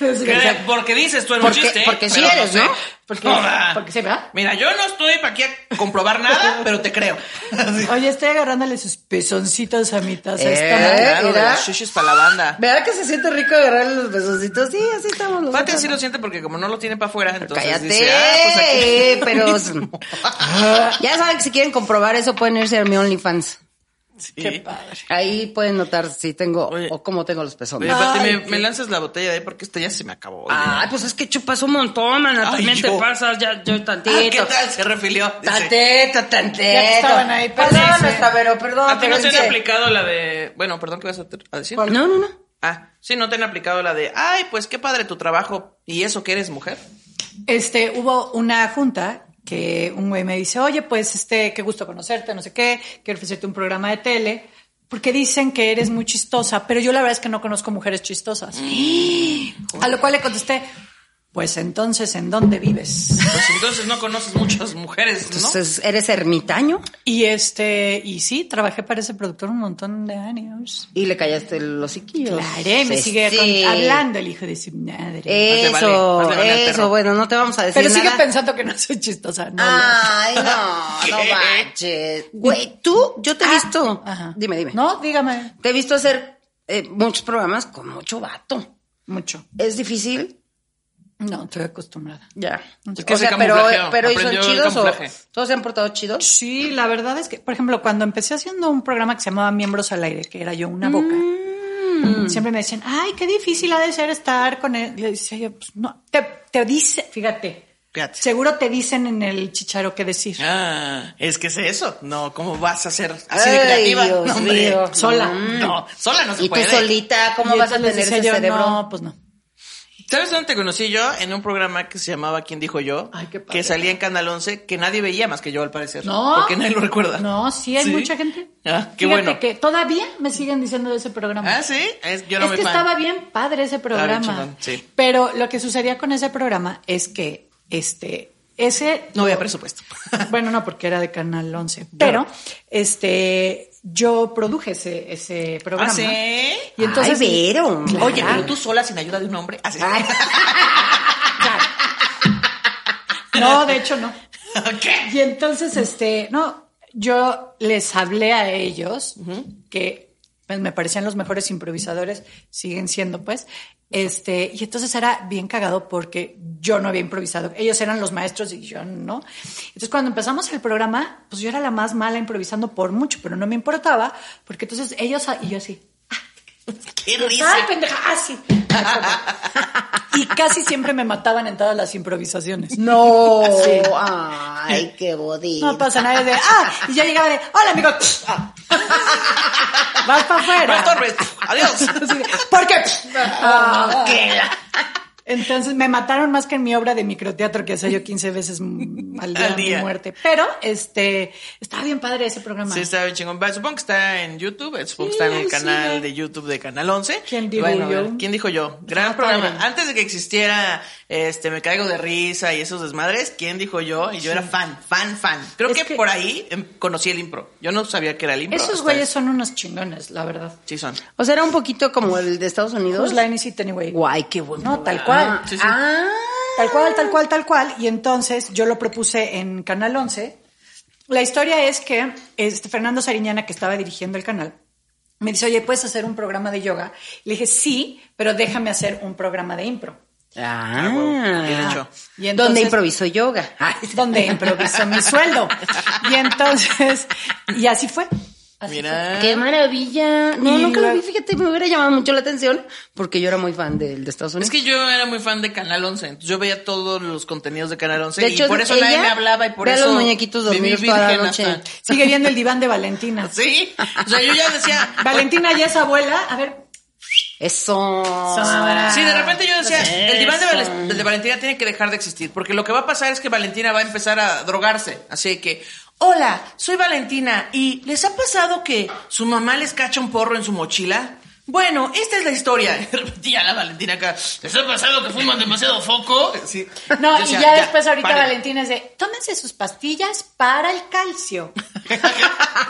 B: Eh, Porque dices tú el
C: Porque-
B: chiste. ¿eh?
C: porque sí
B: Pero
C: eres,
B: sé.
C: ¿no? Porque-
B: Joda.
D: porque sí, ¿verdad?
B: Mira, yo no estoy para aquí a comprobar nada, pero te creo. Así.
D: Oye, estoy agarrándole sus pezoncitos a mi taza.
C: Eh,
D: Está
C: ¿verdad?
D: mal.
B: Claro, de
C: mira.
B: las shishis para la banda.
C: ¿Verdad que se siente rico agarrarle los besoncitos? Sí, así estamos los
B: Pati
C: otros,
B: sí
C: ¿no?
B: lo siente porque como no lo tiene para afuera, entonces
C: Cállate,
B: dice, ah, pues aquí-
C: pero Ah, ya saben que si quieren comprobar eso pueden irse a mi OnlyFans.
D: Qué padre.
C: Ahí pueden notar si tengo
B: Oye.
C: o cómo tengo los pezones.
B: Oye, Pati,
D: Ay,
B: me,
D: qué-
B: me lanzas la botella de ahí porque esta ya se me acabó. oye. Ah,
C: Ay, pues es que chupas un montón,
B: Ay,
C: mana.
B: yo.
C: También te pasas ya, yo
B: Ah,
C: tantito.
B: ¿Qué tal? Se refilió. Dice,
C: Tantito,
D: Ya que
C: tantito.
D: estaban ahí, pero
C: perdón,
D: sí, sí.
C: hasta, pero perdón.
B: ¿A ti
C: pero
B: no
C: es
B: te Ah, han
C: que-
B: aplicado la de... Bueno, perdón, ¿qué vas a, te- a decir?
C: No, no, no.
B: Ah, sí, no te han aplicado la de... Ay, pues qué padre tu trabajo. ¿Y eso que eres mujer?
D: Este, hubo una junta que un güey me dice, oye, pues, este, qué gusto conocerte, no sé qué, quiero ofrecerte un programa de tele, porque dicen que eres muy chistosa, pero yo la verdad es que no conozco mujeres chistosas. A lo cual le contesté, pues entonces, ¿en dónde vives?
B: Pues entonces no conoces muchas mujeres, ¿no?
C: Entonces, ¿eres ermitaño?
D: Y este, y sí, trabajé para ese productor un montón de años.
C: Y le callaste los hociquillos.
D: Claro, y me
C: Sí,
D: sigue con-
C: sí.
D: hablando el hijo de su madre.
C: Eso,
B: Hazle Pues vale, hazle vale al perro.
C: eso, bueno, no te vamos a decir
D: pero sigue
C: nada. Ah,
D: pensando que no soy chistosa. No,
C: Ay,
D: no.
C: no, no
B: ¿Qué?
C: manches. Güey, tú, yo te he visto.
D: Ah. Ajá.
C: Dime, dime.
D: No, dígame.
C: Te he visto hacer eh, muchos programas con mucho vato.
D: Mucho.
C: ¿Es difícil?
D: No, estoy acostumbrada.
C: Ya.
B: Es que
C: o sea,
B: se
C: pero,
B: camuflajeó,
C: pero ¿y son
B: aprendió el
C: chidos o
B: camuflaje.
C: todos se han portado chidos?
D: Sí, la verdad es que, por ejemplo, cuando empecé haciendo un programa que se llamaba Miembros al Aire, que era yo una boca,
C: Mm.
D: siempre me decían, ay, qué difícil ha de ser estar con él. Le decía yo, pues no, te, te dice, fíjate,
B: Fíjate.
D: seguro te dicen en el chicharo qué decir.
B: Ah, es que es eso. No, ¿cómo vas a ser así de
C: Ay,
B: creativa?
C: Dios
B: No, hombre.
C: mío.
D: Sola.
B: No, sola no se
C: ¿Y tú
B: puede.
C: solita? ¿Cómo
D: Y
C: vas a
D: entonces les
C: tener
D: decía
C: ese
D: yo,
C: cerebro?
D: No, pues no.
B: ¿Sabes dónde te conocí yo? En un programa que se llamaba ¿Quién dijo yo?
D: Ay, qué padre.
B: que salía en Canal 11, que nadie veía más que yo al parecer.
D: No.
B: Porque nadie lo recuerda.
D: No, sí, hay mucha gente.
B: Ah, qué
D: Fíjate
B: bueno.
D: que todavía me siguen diciendo de ese programa.
B: Ah, sí. Es, yo no
D: es
B: me
D: que
B: fan.
D: estaba bien padre ese programa.
B: Estaba bien chingón, sí.
D: Pero lo que sucedía con ese programa es que este ese
B: No había presupuesto.
D: bueno, no porque era de Canal 11, pero este yo produje ese ese programa.
B: ¿Ah, sí?
D: Y entonces
C: Ay, Vero.
B: Oye,
D: Ah.
B: pero tú sola sin ayuda de un hombre. Así.
D: No, de hecho no.
B: ¿Qué?
D: Y entonces, este, no, yo les hablé a ellos que pues, me parecían los mejores improvisadores, siguen siendo, pues. Este, y entonces era bien cagado porque yo no había improvisado. Ellos eran los maestros y yo no. Entonces, cuando empezamos el programa, pues yo era la más mala improvisando por mucho, pero no me importaba, porque entonces ellos, y yo así,
B: ¿Qué
D: Ay,
B: risa?
D: pendeja, ah, sí. y casi siempre me mataban en todas las improvisaciones.
C: No. Ay, qué bodí.
D: No pasa nada de, ah, y yo llegaba de, hola amigo, Ah. vas para
B: No
D: afuera.
B: estorbes. Adiós.
D: Así de, ¿Por qué? Ah. Entonces me mataron más que en mi obra de microteatro que hacía yo 15 veces mm, al día,
B: Al
D: de mi
B: día.
D: muerte. Pero este estaba bien padre ese programa.
B: Sí, está bien chingón. Va, Supongo que está en YouTube, eh, supongo que está en el
D: Sí,
B: canal
D: sí.
B: de YouTube de Canal 11.
D: ¿Quién dijo
B: Bueno, a
D: yo?
B: ver, ¿Quién dijo yo? Gran
D: Ah,
B: programa.
D: padre.
B: Antes de que existiera este Me Caigo de Risa y esos desmadres, ¿quién dijo yo? Y yo era fan, fan, fan. Creo
D: Es
B: que,
D: que-
B: por ahí em, conocí el impro. Yo no sabía que era el impro.
D: Esos
B: hasta
D: güeyes
B: eso.
D: son unos chingones, la verdad. Pues
B: Sí, son.
C: O sea, era un poquito como el de Estados Unidos.
D: Who's line is it anyway?
C: Pues Guay, qué bueno.
D: No, tal cual.
B: Sí, sí.
C: Ah.
D: Tal cual, tal cual, tal cual. Y entonces yo lo propuse en Canal 11. La historia es que este, Fernando Sariñana, que estaba dirigiendo el canal, me dice, oye, ¿puedes hacer un programa de yoga? Le dije, sí, pero déjame hacer un programa de impro.
C: Ah,
B: Bien hecho.
D: Y entonces-
C: donde improvisó yoga. Ay,
D: Donde improvisó mi sueldo. Y entonces, y así fue. Así fue.
B: Mira.
C: Qué maravilla. No,
D: Y
C: nunca lo
D: la-
C: vi, fíjate, me hubiera llamado mucho la atención porque yo era muy fan del de Estados
B: Es
C: Unidos.
B: que yo era muy fan de Canal 11, entonces yo veía todos los contenidos de Canal 11
C: De hecho,
B: y por eso
C: ella
B: nadie me hablaba y por
C: ve a
B: eso
C: los muñequitos
B: viví
C: dormidos toda la
B: virgen
C: noche.
B: hasta-
D: Sigue viendo el diván de Valentina.
B: Sí, o sea, yo ya decía,
D: Valentina ya es abuela. A ver.
C: Eso.
D: Sara.
B: Ah. Sí, de repente yo decía,
C: Eso.
B: el diván de, Valen- el de Valentina tiene que dejar de existir, porque lo que va a pasar es que Valentina va a empezar a drogarse. Así que, hola, soy Valentina, ¿y les ha pasado que su mamá les cacha un porro en su mochila? Bueno, esta es la historia. Y de repente ya la Valentina acá, ¿les ha pasado que fuman demasiado foco? Sí.
D: No,
B: Yo
D: y
B: decía,
D: ya, después ahorita
B: paren.
D: Valentina es de, tómense sus pastillas para el calcio.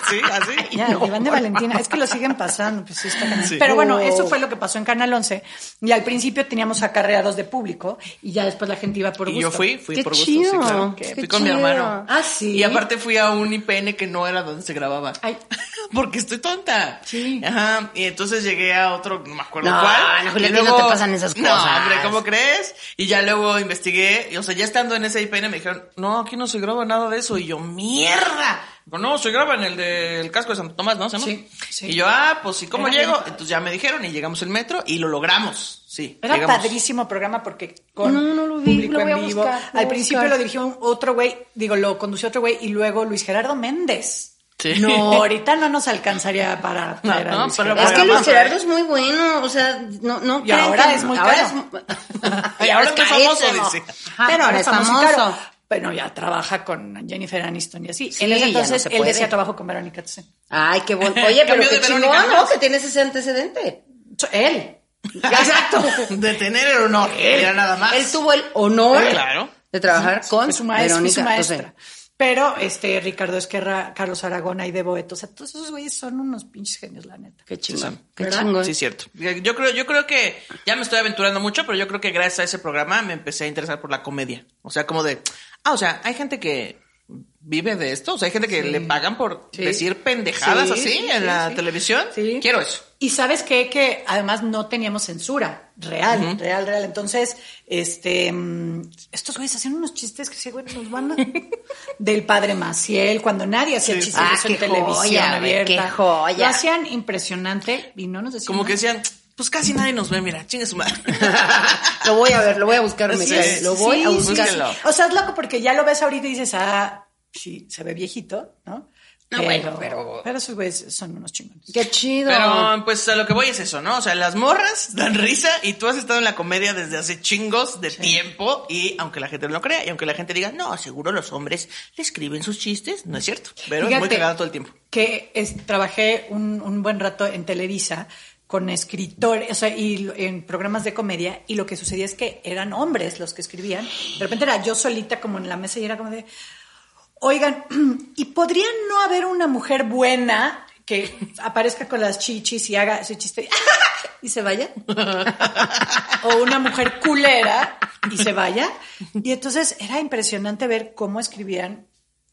B: Sí, así.
D: Ya, el diván de Valentina. Es que lo siguen pasando. pues, sí está cañón. Pero bueno, eso
C: Oh.
D: fue lo que pasó en Canal 11. Y al principio teníamos acarreados de público y ya después la gente iba por gusto.
B: Y yo fui, fui
C: Qué
B: por gusto.
C: chido,
B: sí, claro.
C: qué
B: fui con mi
C: chido.
B: hermano.
D: Ah, sí.
B: Y aparte fui a un IPN que no era donde se grababa.
D: Ay.
B: Porque estoy tonta.
D: Sí.
B: Ajá. Y entonces llegué a otro, no me acuerdo
C: No,
B: cuál.
C: no,
B: y
C: Julia, a ti no
B: luego-
C: te pasan esas
B: No,
C: cosas.
B: hombre, ¿cómo crees? Y ya luego investigué. Y, o sea, ya estando en ese IPN me dijeron, no, aquí no se graba nada de eso. Y yo, mierda. Digo, No, se graba en el del casco de Santo Tomás, ¿no? ¿Se llama?
D: Sí, sí.
B: Y yo, ah, pues, ¿y cómo
D: Era
B: llego?
D: bien padre.
B: Entonces ya me dijeron y llegamos el metro y lo logramos. Sí.
D: Era
B: llegamos.
D: padrísimo programa porque con
C: No, no lo vi,
D: público
C: lo voy
D: en
C: a
D: vivo.
C: buscar, lo voy
D: Al
C: a
D: principio
C: buscar.
D: lo dirigió un- otro güey, digo, lo condució otro güey y luego Luis Gerardo Méndez.
B: Sí.
D: No, ahorita no nos alcanzaría para
B: No,
D: traer a
B: no,
D: Luis
B: pero
D: Gerardo.
C: Es que
B: Además,
C: Luis Gerardo
B: ¿eh?
C: es muy bueno, o sea, no, no.
D: Y ahora
C: crean que-
D: es muy
C: ahora
D: caro.
C: es-
B: Y ahora es que es famoso,
C: carísimo.
B: dice.
C: Ajá, pero ahora es famoso.
D: y caro. Bueno, ya trabaja con Jennifer Aniston y así.
C: Sí,
D: en ese
C: ya no
D: entonces
C: se
D: él
C: puede.
D: decía trabajo con Verónica Tucen.
C: Ay, qué bueno. Oye, pero
B: Cambio
C: qué
B: de Verónica
C: chingón, ¿no?
B: Castro.
C: Que tienes ese antecedente.
D: Él.
C: Exacto.
B: De tener el honor. Era nada más.
C: Él tuvo el honor
B: Sí, claro.
C: de trabajar con
D: Es su maestra. es
C: Verónica.
D: su maestra.
C: Entonces,
D: Pero este Ricardo Esquerra, Carlos Aragona y De Boeto, o sea, todos esos güeyes son unos pinches genios, la neta.
C: qué
B: Sí,
C: chingón,
B: sí.
C: qué
D: ¿Verdad?
C: chingón.
B: Sí, cierto. Yo creo, yo creo que ya me estoy aventurando mucho, pero yo creo que gracias a ese programa me empecé a interesar por la comedia. O sea, como de, ah, o sea, hay gente que vive de esto, o sea, hay gente que le pagan por
D: Sí.
B: decir pendejadas
D: Sí,
B: así
D: sí,
B: en
D: sí,
B: la
D: sí.
B: televisión.
D: Sí.
B: Quiero eso.
D: Y sabes qué? que además no teníamos censura, real, real, real. Entonces, este, mm, estos güeyes hacían unos chistes que sí, güey, nos van a... del padre Maciel, cuando nadie hacía
B: Sí.
D: chistes de
C: Ah,
D: eso en
C: qué
D: televisión
C: joya, güey,
D: abierta.
C: qué joya.
D: Lo hacían impresionante y no nos decían
B: Como que
D: nada.
B: decían, pues casi nadie nos ve, mira, chingue su madre.
C: Lo voy a ver, lo voy a buscar,
B: Sí,
C: Miguel,
B: sí,
C: lo voy a
B: sí,
C: buscar.
B: búsquenlo.
D: O sea, es loco porque ya lo ves ahorita y dices, ah, sí, se ve viejito, ¿no?
C: No, bueno, pero-
D: Pero esos güeyes son unos chingones.
C: Qué chido.
B: Pero pues a lo que voy es eso, ¿no? O sea, las morras dan risa y tú has estado en la comedia desde hace chingos de tiempo y aunque la gente no lo crea y aunque la gente diga, no, seguro los hombres le escriben sus chistes, no es cierto, pero es muy
D: Fíjate
B: cagado todo el tiempo.
D: Que es- trabajé un, un buen rato en Televisa con escritores, o sea, y lo- en programas de comedia, y lo que sucedía es que eran hombres los que escribían. De repente era yo solita como en la mesa y era como de, oigan, ¿y podría no haber una mujer buena que aparezca con las chichis y haga su chiste y se vaya? o una mujer culera y se vaya. Y entonces era impresionante ver cómo escribían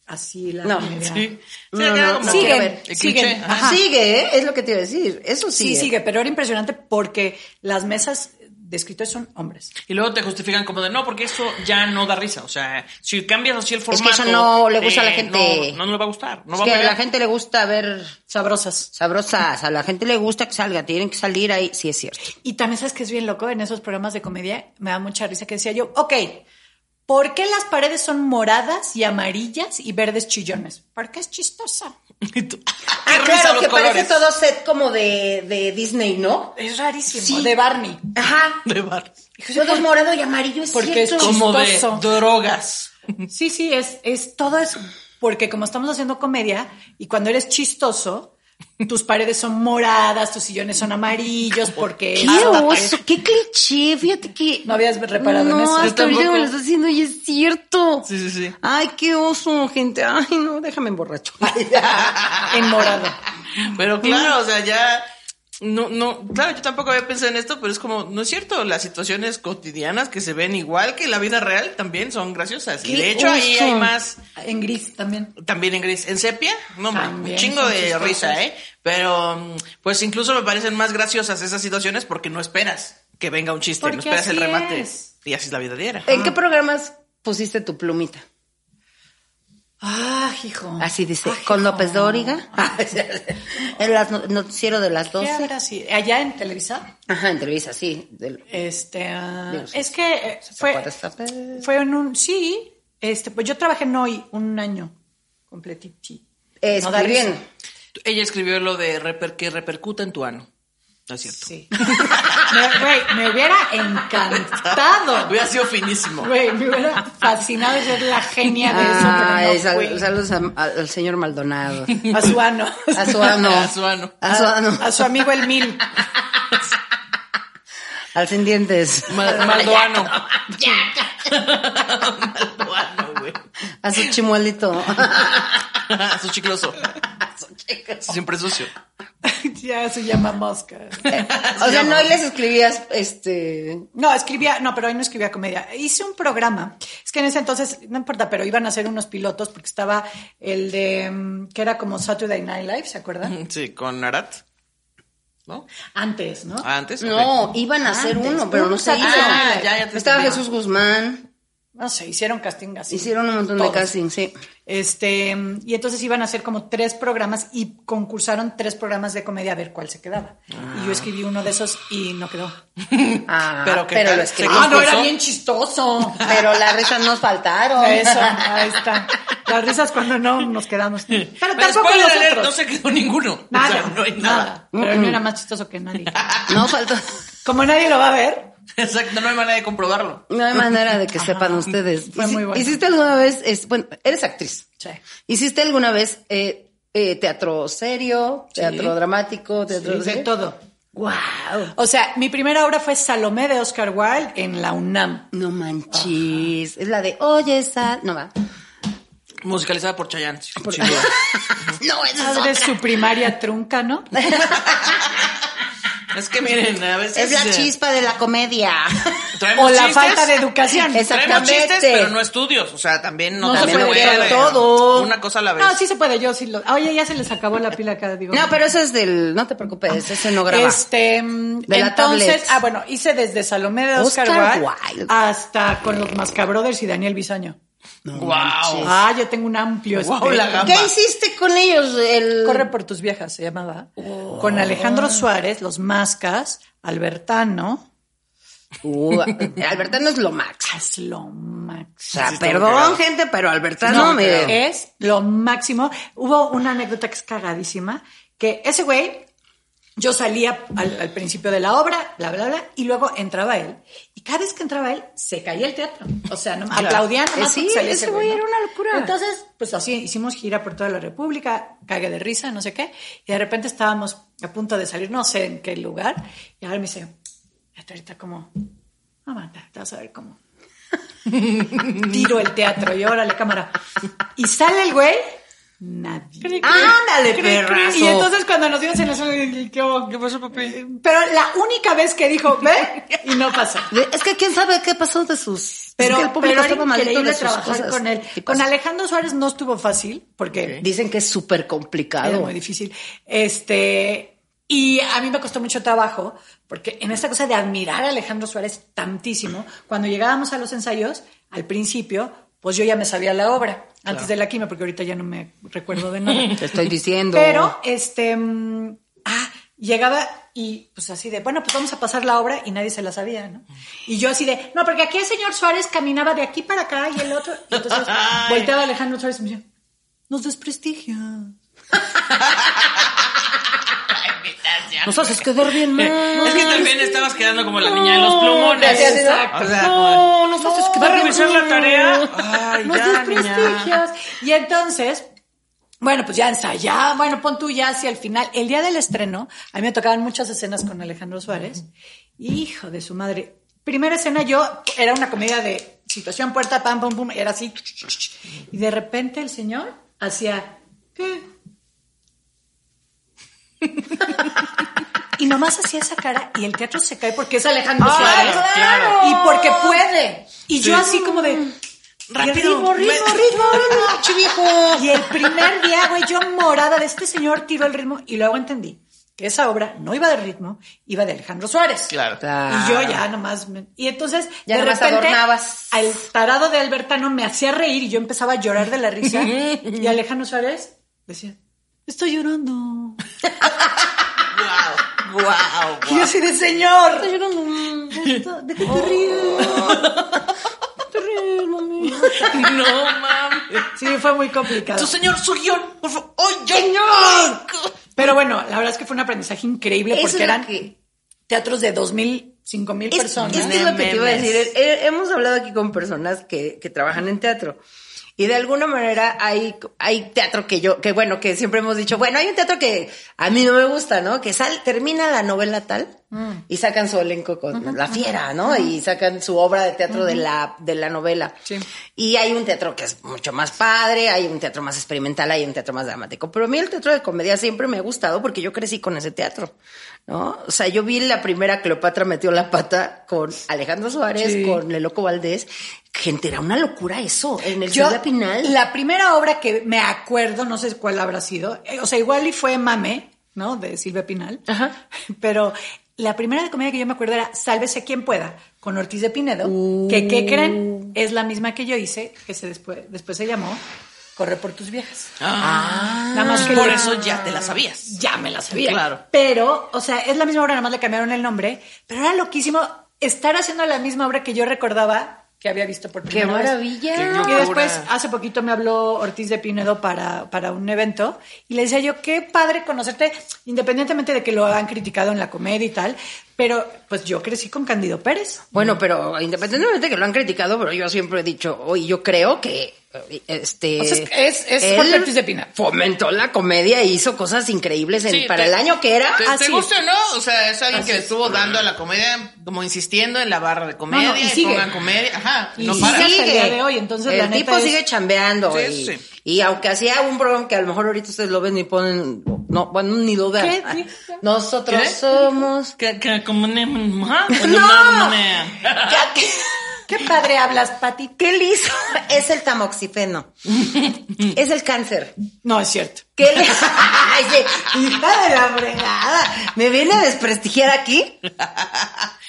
D: así la
C: No,
D: comedia.
B: Sí.
C: No,
B: Sí, era
C: no,
B: como
C: siguen,
B: que el
D: siguen.
B: cliché, ajá.
D: Ajá.
C: Sigue, ¿eh? es lo que te iba a decir. Eso
D: Sí,
C: sigue.
D: sigue, pero era impresionante porque las mesas de escritores son hombres.
B: Y luego te justifican como de, no, porque eso ya no da risa. O sea, si cambias así el
C: que
B: formato... eh,
C: eso no le gusta a la gente.
B: No, no, le va a gustar. No
C: Es
B: va
C: que
B: a
C: a la
B: pegar.
C: gente le gusta ver
D: Sabrosas.
C: sabrosas, a la gente le gusta que salga, tienen que salir ahí, sí es cierto.
D: Y también sabes que es bien loco en esos programas de comedia, me da mucha risa que decía yo, ok, ¿por qué las paredes son moradas y amarillas y verdes chillones? Porque es chistosa.
B: Y tú,
C: Ah,
B: qué risa
C: claro,
B: los
C: que
B: colores.
C: parece todo set como de, de Disney, ¿no?
D: Es rarísimo.
C: Sí.
D: De Barney. "Pues,
C: Ajá.
B: De bar.
C: Todo es morado y amarillo, es
D: Porque es
C: cierto.
B: Como de
D: Chistoso.
B: drogas.
D: Sí, sí, es, es todo es porque como estamos haciendo comedia y cuando eres chistoso, tus paredes son moradas, tus sillones son amarillos porque es-
C: Qué oso, qué cliché, fíjate que...
D: No habías reparado en
C: No,
D: eso.
C: hasta
B: Yo
C: ahorita me
B: tampoco.
C: lo estás diciendo y es cierto.
B: Sí, sí, sí.
C: Ay, qué oso, gente. Ay, no, déjame emborracho.
D: en morado.
B: Pero claro, o sea, ya. No, no, claro, yo tampoco había pensado en esto, pero es como, no es cierto, las situaciones cotidianas que se ven igual que en la vida real también son graciosas. Y
C: ¡Qué
B: de hecho ahí
C: oso!
B: hay más,
D: En gris también.
B: también en gris, en sepia, no, hombre, un
D: También
B: chingo
D: son
B: de
D: chistosas.
B: risa, ¿eh? Pero mm, pues incluso me parecen más graciosas esas situaciones porque no esperas que venga un chiste, no
D: Porque
B: esperas el
D: así
B: remate.
D: es. Eh.
B: Y así es la vida diaria.
C: ¿En qué programas pusiste tu plumita?
D: Ah, hijo.
C: Así dice,
D: Ay,
C: con
D: hijo.
C: López Dóriga. en las no- noticiero de las
D: ¿Qué
C: 12.
D: habrá sido? Allá en Televisa.
C: Ajá, entrevista, sí. del-
D: Este, ah,
C: Digo, sí,
D: es que eh, fue,
C: Zapata, Zapata.
D: fue en un, sí, este, pues yo trabajé en hoy un año completito.
C: Eh,
D: No da risa.
C: escribiendo.
B: Ella escribió lo de reper- que repercuta en tu ano. No es cierto.
D: Sí. me, güey, me hubiera encantado.
B: Hubiera sido finísimo.
D: Güey, me hubiera fascinado ser la genia de eso, pero
C: Ay,
D: no
C: Ah, sal-
D: fui.
C: saludos a- al al señor Maldonado.
D: A su ano.
C: A su ano.
B: A su ano.
C: A su ano.
D: A su amigo el mil.
C: Al sin dientes.
B: Mal- Maldoano. Maldoano, güey.
C: A su chimuelito.
B: su chicloso. Siempre sucio.
D: ya se llama mosca.
C: o sea, no y les escribías, este...
D: No, escribía, no, pero ahí no escribía comedia. Hice un programa. Es que en ese entonces, no importa, pero iban a hacer unos pilotos porque estaba el de, mm, que era como Saturday Night Live, ¿se acuerdan?
B: Sí, con Arat. ¿No?
D: Antes, ¿no?
B: Ah, antes. ok.
C: No, iban a hacer
D: Antes,
C: uno, pero no se
D: nunca
C: hizo.
B: Ah, ya, ya te
C: Estaba
B: entendí.
C: Jesús Guzmán.
D: No sé, hicieron casting así.
C: Hicieron un montón
D: Todos.
C: de casting, sí.
D: Este, mm, y entonces iban a hacer como tres programas y concursaron tres programas de comedia a ver cuál se quedaba.
B: Ah.
D: Y yo escribí uno de esos y no quedó.
C: Ah,
B: Pero
C: pero,
B: ¿qué tal?
C: lo
B: ¿Se
C: escribí.
D: Ah, no, era
B: concurso?
D: bien chistoso.
C: Pero las risas nos faltaron.
D: Eso, ahí está. Las risas cuando no nos quedamos. Pero
B: Pero
D: tampoco
B: spoiler alert,
D: nosotros.
B: no se quedó ninguno.
D: Nada,
B: o sea, no hay nada.
D: nada. Pero no era más chistoso que nadie.
C: No faltó.
D: Como nadie lo va a ver,
B: Exacto, no hay manera de comprobarlo.
C: No hay manera de que sepan ustedes.
D: Fue muy bueno.
C: ¿Hiciste alguna vez, es, bueno, eres actriz?
D: Sí.
C: ¿Hiciste alguna vez eh, eh, teatro serio, teatro dramático, teatro
D: de
C: serio?
D: todo. Oh.
C: Wow.
D: O sea, mi primera obra fue Salomé de Oscar Wilde en la UNAM.
C: No manches. Es la de, oye, esa. No va.
B: Musicalizada por Chayanne. sí,
C: Por-
B: sin duda.
C: no, esa es
D: Esa de
C: otra.
D: su primaria trunca, ¿no?
B: Es que miren, a veces...
C: Es la
B: eh,
C: chispa de la comedia.
B: traemos
D: O la
B: chistes,
D: falta de educación.
C: Esa-
B: Traemos chistes,
C: Exactamente.
B: pero no estudios. O sea, también no,
D: No se
B: también
D: puede
C: ver todo.
B: Una cosa a la vez.
D: No, sí se puede, yo sí lo. Oye, ya se les acabó la pila acá, digo.
C: No, pero eso es del. No te
D: Ah.
C: preocupes, ese no graba.
D: Este, mm,
C: De la
D: entonces,
C: tablet.
D: ah, bueno, hice desde Salomé de Oscar,
C: Oscar
D: Wilde,
C: Wilde.
D: hasta con los Mascabrothers y Daniel Bisaño.
C: No
B: Wow.
C: manches.
D: Ah, yo tengo un amplio
B: Wow,
D: espectro.
B: la gama.
C: ¿Qué hiciste con ellos? El...
D: Corre por tus viejas, se llamaba. Con Alejandro Suárez, los Mascas, Albertano.
C: Uh, Albertano es lo max.
D: Es lo máximo.
C: O sea,
B: Sí, está muy
C: perdón,
B: cagado.
C: gente, pero Albertano me.
D: Es lo máximo. Hubo una anécdota que es cagadísima, que ese güey, yo salía al, al principio de la obra, bla, bla, bla, y luego entraba él. Y cada vez que entraba él, se caía el teatro. O sea, no, aplaudían. nomás
C: Eh, sí,
D: porque salía
C: ese güey
D: ¿no?
C: era una locura.
D: Entonces, pues así, hicimos gira por toda la República, cague de risa, no sé qué. Y de repente estábamos a punto de salir, no sé en qué lugar. Y ahora me dice, hasta ahorita como, mamá, te vas a ver cómo tiro el teatro y órale, cámara. Y sale el güey, nadie.
C: Ándale, perrazo.
D: Y entonces cuando nos vimos en la sala, dije, ¿qué, hubo? ¿Qué pasó, papi? Eh, Pero la única vez que dijo, ve, y no pasó.
C: De- Es que quién sabe qué pasó de sus.
D: Pero,
C: es que el público
D: pero
C: estaba
D: era
C: maldito
D: increíble
C: de sus
D: trabajar
C: cosas.
D: con él.
C: Y
D: Con
C: pasa.
D: Alejandro Suárez no estuvo fácil, porque
C: Dicen que es súper
D: era
C: complicado.
D: muy difícil. Este, y a mí me costó mucho trabajo, porque en esta cosa de admirar a Alejandro Suárez tantísimo, cuando llegábamos a los ensayos, al principio, pues yo ya me sabía la obra, antes de la quimio, porque ahorita ya no me recuerdo de nada.
C: Te estoy diciendo.
D: Pero, este, mm, ah, llegaba y pues así de, bueno, pues vamos a pasar la obra y nadie se la sabía, ¿no? Y yo así de, no, porque aquí el señor Suárez caminaba de aquí para acá y el otro. Y entonces volteaba Alejandro Suárez y me decía, nos desprestigia.
C: Nos haces quedar bien mal.
B: Es que también estabas quedando como la niña de los plumones.
C: Gracias, ¿no?
B: O sea,
C: No, nos haces
B: ¿va
C: quedar
B: a
C: bien
B: revisar la
C: mal.
B: tarea? Ay,
D: Nos
B: ya, niña.
D: desprestigias. Y entonces, bueno, pues ya ensayaba, bueno, pon tú ya hacia el final. El día del estreno, a mí me tocaban muchas escenas con Alejandro Suárez. Hijo de su madre. Primera escena yo, era una comedia de situación puerta, pam, pum, pum, era así. Y de repente el señor hacía, ¿qué? Y nomás hacía esa cara y el teatro se cae porque es Alejandro
B: Ah,
D: Suárez.
B: claro.
D: Y porque puede. Y yo así como de...
B: Rápido.
D: Ritmo, ritmo,
B: Me-
D: ritmo, ritmo. Y el primer día, güey, yo morada de este señor tiró el ritmo y luego entendí que esa obra no iba de ritmo, iba de Alejandro Suárez.
B: Claro.
D: Y yo ya nomás. me- y entonces,
C: Ah. Ya
D: de
C: nomás
D: repente,
C: adornabas.
D: al tarado de Albertano me hacía reír y yo empezaba a llorar de la risa. y Alejandro Suárez decía, estoy llorando.
B: Wow, wow,
D: Y yo así de señor. Estoy llorando. ¿De qué te ríes? Oh.
B: No mames.
D: Sí, fue muy complicado.
B: Tu señor, su guión, por favor. ¡Oh, señor!
D: Pero bueno, la verdad es que fue un aprendizaje increíble
C: Eso es
D: porque
C: lo
D: eran
C: que-
D: teatros de 2.000, 5.000
C: Es,
D: personas.
C: es que es lo que te iba a
B: Memes.
C: decir. Eh, Hemos hablado aquí con personas que, que trabajan en teatro. Y de alguna manera hay, hay teatro que yo, que bueno, que siempre hemos dicho, bueno, hay un teatro que a mí no me gusta, ¿no? Que sal, termina la novela tal y sacan su elenco con la fiera, ¿no? Y sacan su obra de teatro de, la, de la novela.
D: Sí.
C: Y hay un teatro que es mucho más padre, hay un teatro más experimental, hay un teatro más dramático. Pero a mí el teatro de comedia siempre me ha gustado porque yo crecí con ese teatro, ¿no? O sea, yo vi la primera Cleopatra metió la pata con Alejandro Suárez,
D: Sí.
C: con el Loco Valdés. Gente, era una locura eso. En el
D: Yo,
C: Ciudad Pinal.
D: la primera obra que me acuerdo, no sé cuál habrá sido, eh, o sea, igual y fue Mame, ¿no? De Silvia Pinal.
C: Ajá.
D: Pero la primera de comedia que yo me acuerdo era Sálvese quien pueda, con Ortiz de Pinedo, que,
C: Uh.
D: ¿qué creen? Es la misma que yo hice, que se después, después se llamó Corre por tus viejas.
B: Ah,
D: Nada más que
B: Por
D: yo-
B: eso ya te la sabías.
D: ya me la sabía.
B: Claro.
D: Pero, o sea, es la misma obra, nada más le cambiaron el nombre, pero era loquísimo estar haciendo la misma obra que yo recordaba que había visto por
C: ¡Qué
D: primera vez.
C: maravilla!
D: Ah. Y después, hace poquito me habló Ortiz de Pinedo para, para un evento y le decía yo, qué padre conocerte, independientemente de que lo han criticado en la comedia y tal, pero pues yo crecí con Candido Pérez.
C: Bueno, pero independientemente de que lo han criticado, pero yo siempre he dicho, hoy yo creo que eh, este
D: O sea, es- es
C: él
D: Jorge Ortiz de Pina.
C: fomentó la comedia e hizo cosas increíbles en-
B: Sí,
C: para
B: te-
C: el año que era.
B: ¿Te,
D: Así
B: te
D: es.
B: gusta o no? O sea, es alguien que estuvo dando a la comedia, como insistiendo en la barra de comedia,
D: No, no, y sigue.
B: con la comedia. Ajá,
D: Y
B: no
D: sigue.
B: para.
D: hasta el día de hoy, entonces
C: el
D: la neta
C: tipo
D: es-
C: sigue chambeando
B: Sí,
C: y,
B: sí.
C: y aunque hacía un programa que a lo mejor ahorita ustedes lo ven y ponen no bueno ni lo vean.
D: ¿Qué?
C: Ah,
D: ¿Qué?
C: Nosotros
B: ¿Qué?
C: somos
E: Que, que como ne- ma-
C: No.
E: no, ne.
C: Ya que-
D: Qué padre hablas, Pati.
C: ¿Qué le hizo? Es el tamoxifeno. es el cáncer.
D: No, es cierto.
C: ¿Qué le Ay, sí, hija de la fregada? ¿Me viene a desprestigiar aquí?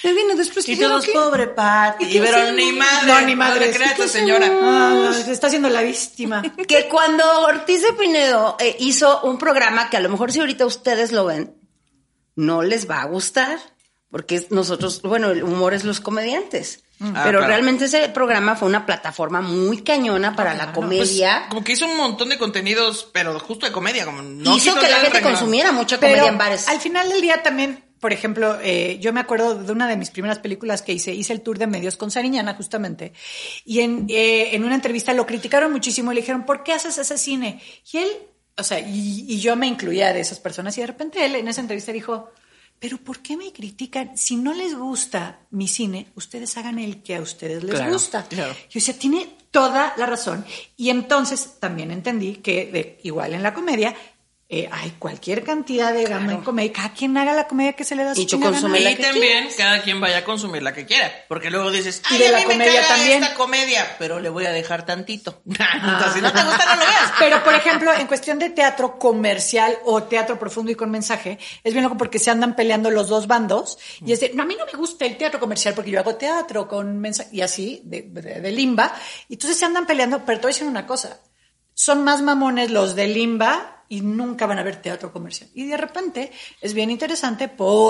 C: ¿Me viene a
B: Y
C: desprestigiar
B: todos,
C: aquí?
B: pobre Pati.
D: ¿Y qué
B: Pero
D: hacemos?
B: ni madre.
D: No, ni
B: No
D: madre.
B: le creas a
D: ¿Qué
B: esta señora.
D: Ah, se está haciendo la víctima.
C: Que cuando Ortiz de Pinedo eh, hizo un programa que a lo mejor si ahorita ustedes lo ven, no les va a gustar. Porque es- nosotros, bueno, el humor es los comediantes.
B: Ah,
C: Pero
B: claro.
C: realmente ese programa fue una plataforma muy cañona para la
B: Pues,
C: comedia.
B: como que hizo un montón de contenidos, pero justo de comedia. Como no
C: hizo
B: quitó
C: que la
B: nada
C: gente
B: renglón.
C: consumiera mucha comedia
D: Pero
C: en bares.
D: al final del día también, por ejemplo, eh, yo me acuerdo de una de mis primeras películas que hice, hice el tour de medios con Sariñana justamente, y en, eh, en una entrevista lo criticaron muchísimo y le dijeron, ¿por qué haces ese cine? Y él, o sea, y, y yo me incluía de esas personas y de repente él en esa entrevista dijo, pero ¿por qué me critican? Si no les gusta mi cine, ustedes hagan el que a ustedes les
C: Claro,
D: gusta.
C: claro.
D: Y o sea, tiene toda la razón. Y entonces también entendí que de- igual en la comedia eh, hay cualquier cantidad de gama en comedia. Cada quien haga la comedia que se le da su
C: Y tú
D: chingada
C: consume la
D: gana.
B: Y
C: que
B: también cada quien vaya a consumir la que quiera. Porque luego dices,
D: Y
B: ay,
D: de
B: a
D: la
B: mí me
D: comedia
B: caga
D: también.
B: esta comedia, pero le voy a dejar tantito.
C: Ah.
B: Entonces, si no te gusta, no lo veas.
D: Pero, por ejemplo, en cuestión de teatro comercial o teatro profundo y con mensaje, es bien loco porque se andan peleando los dos bandos y es de, no, a mí no me gusta el teatro comercial porque yo hago teatro con mensaje y así, de, de- de limba. Y entonces se andan peleando, pero te voy a decir una cosa, son más mamones los de limba y nunca van a ver teatro comercial. Y de repente es bien interesante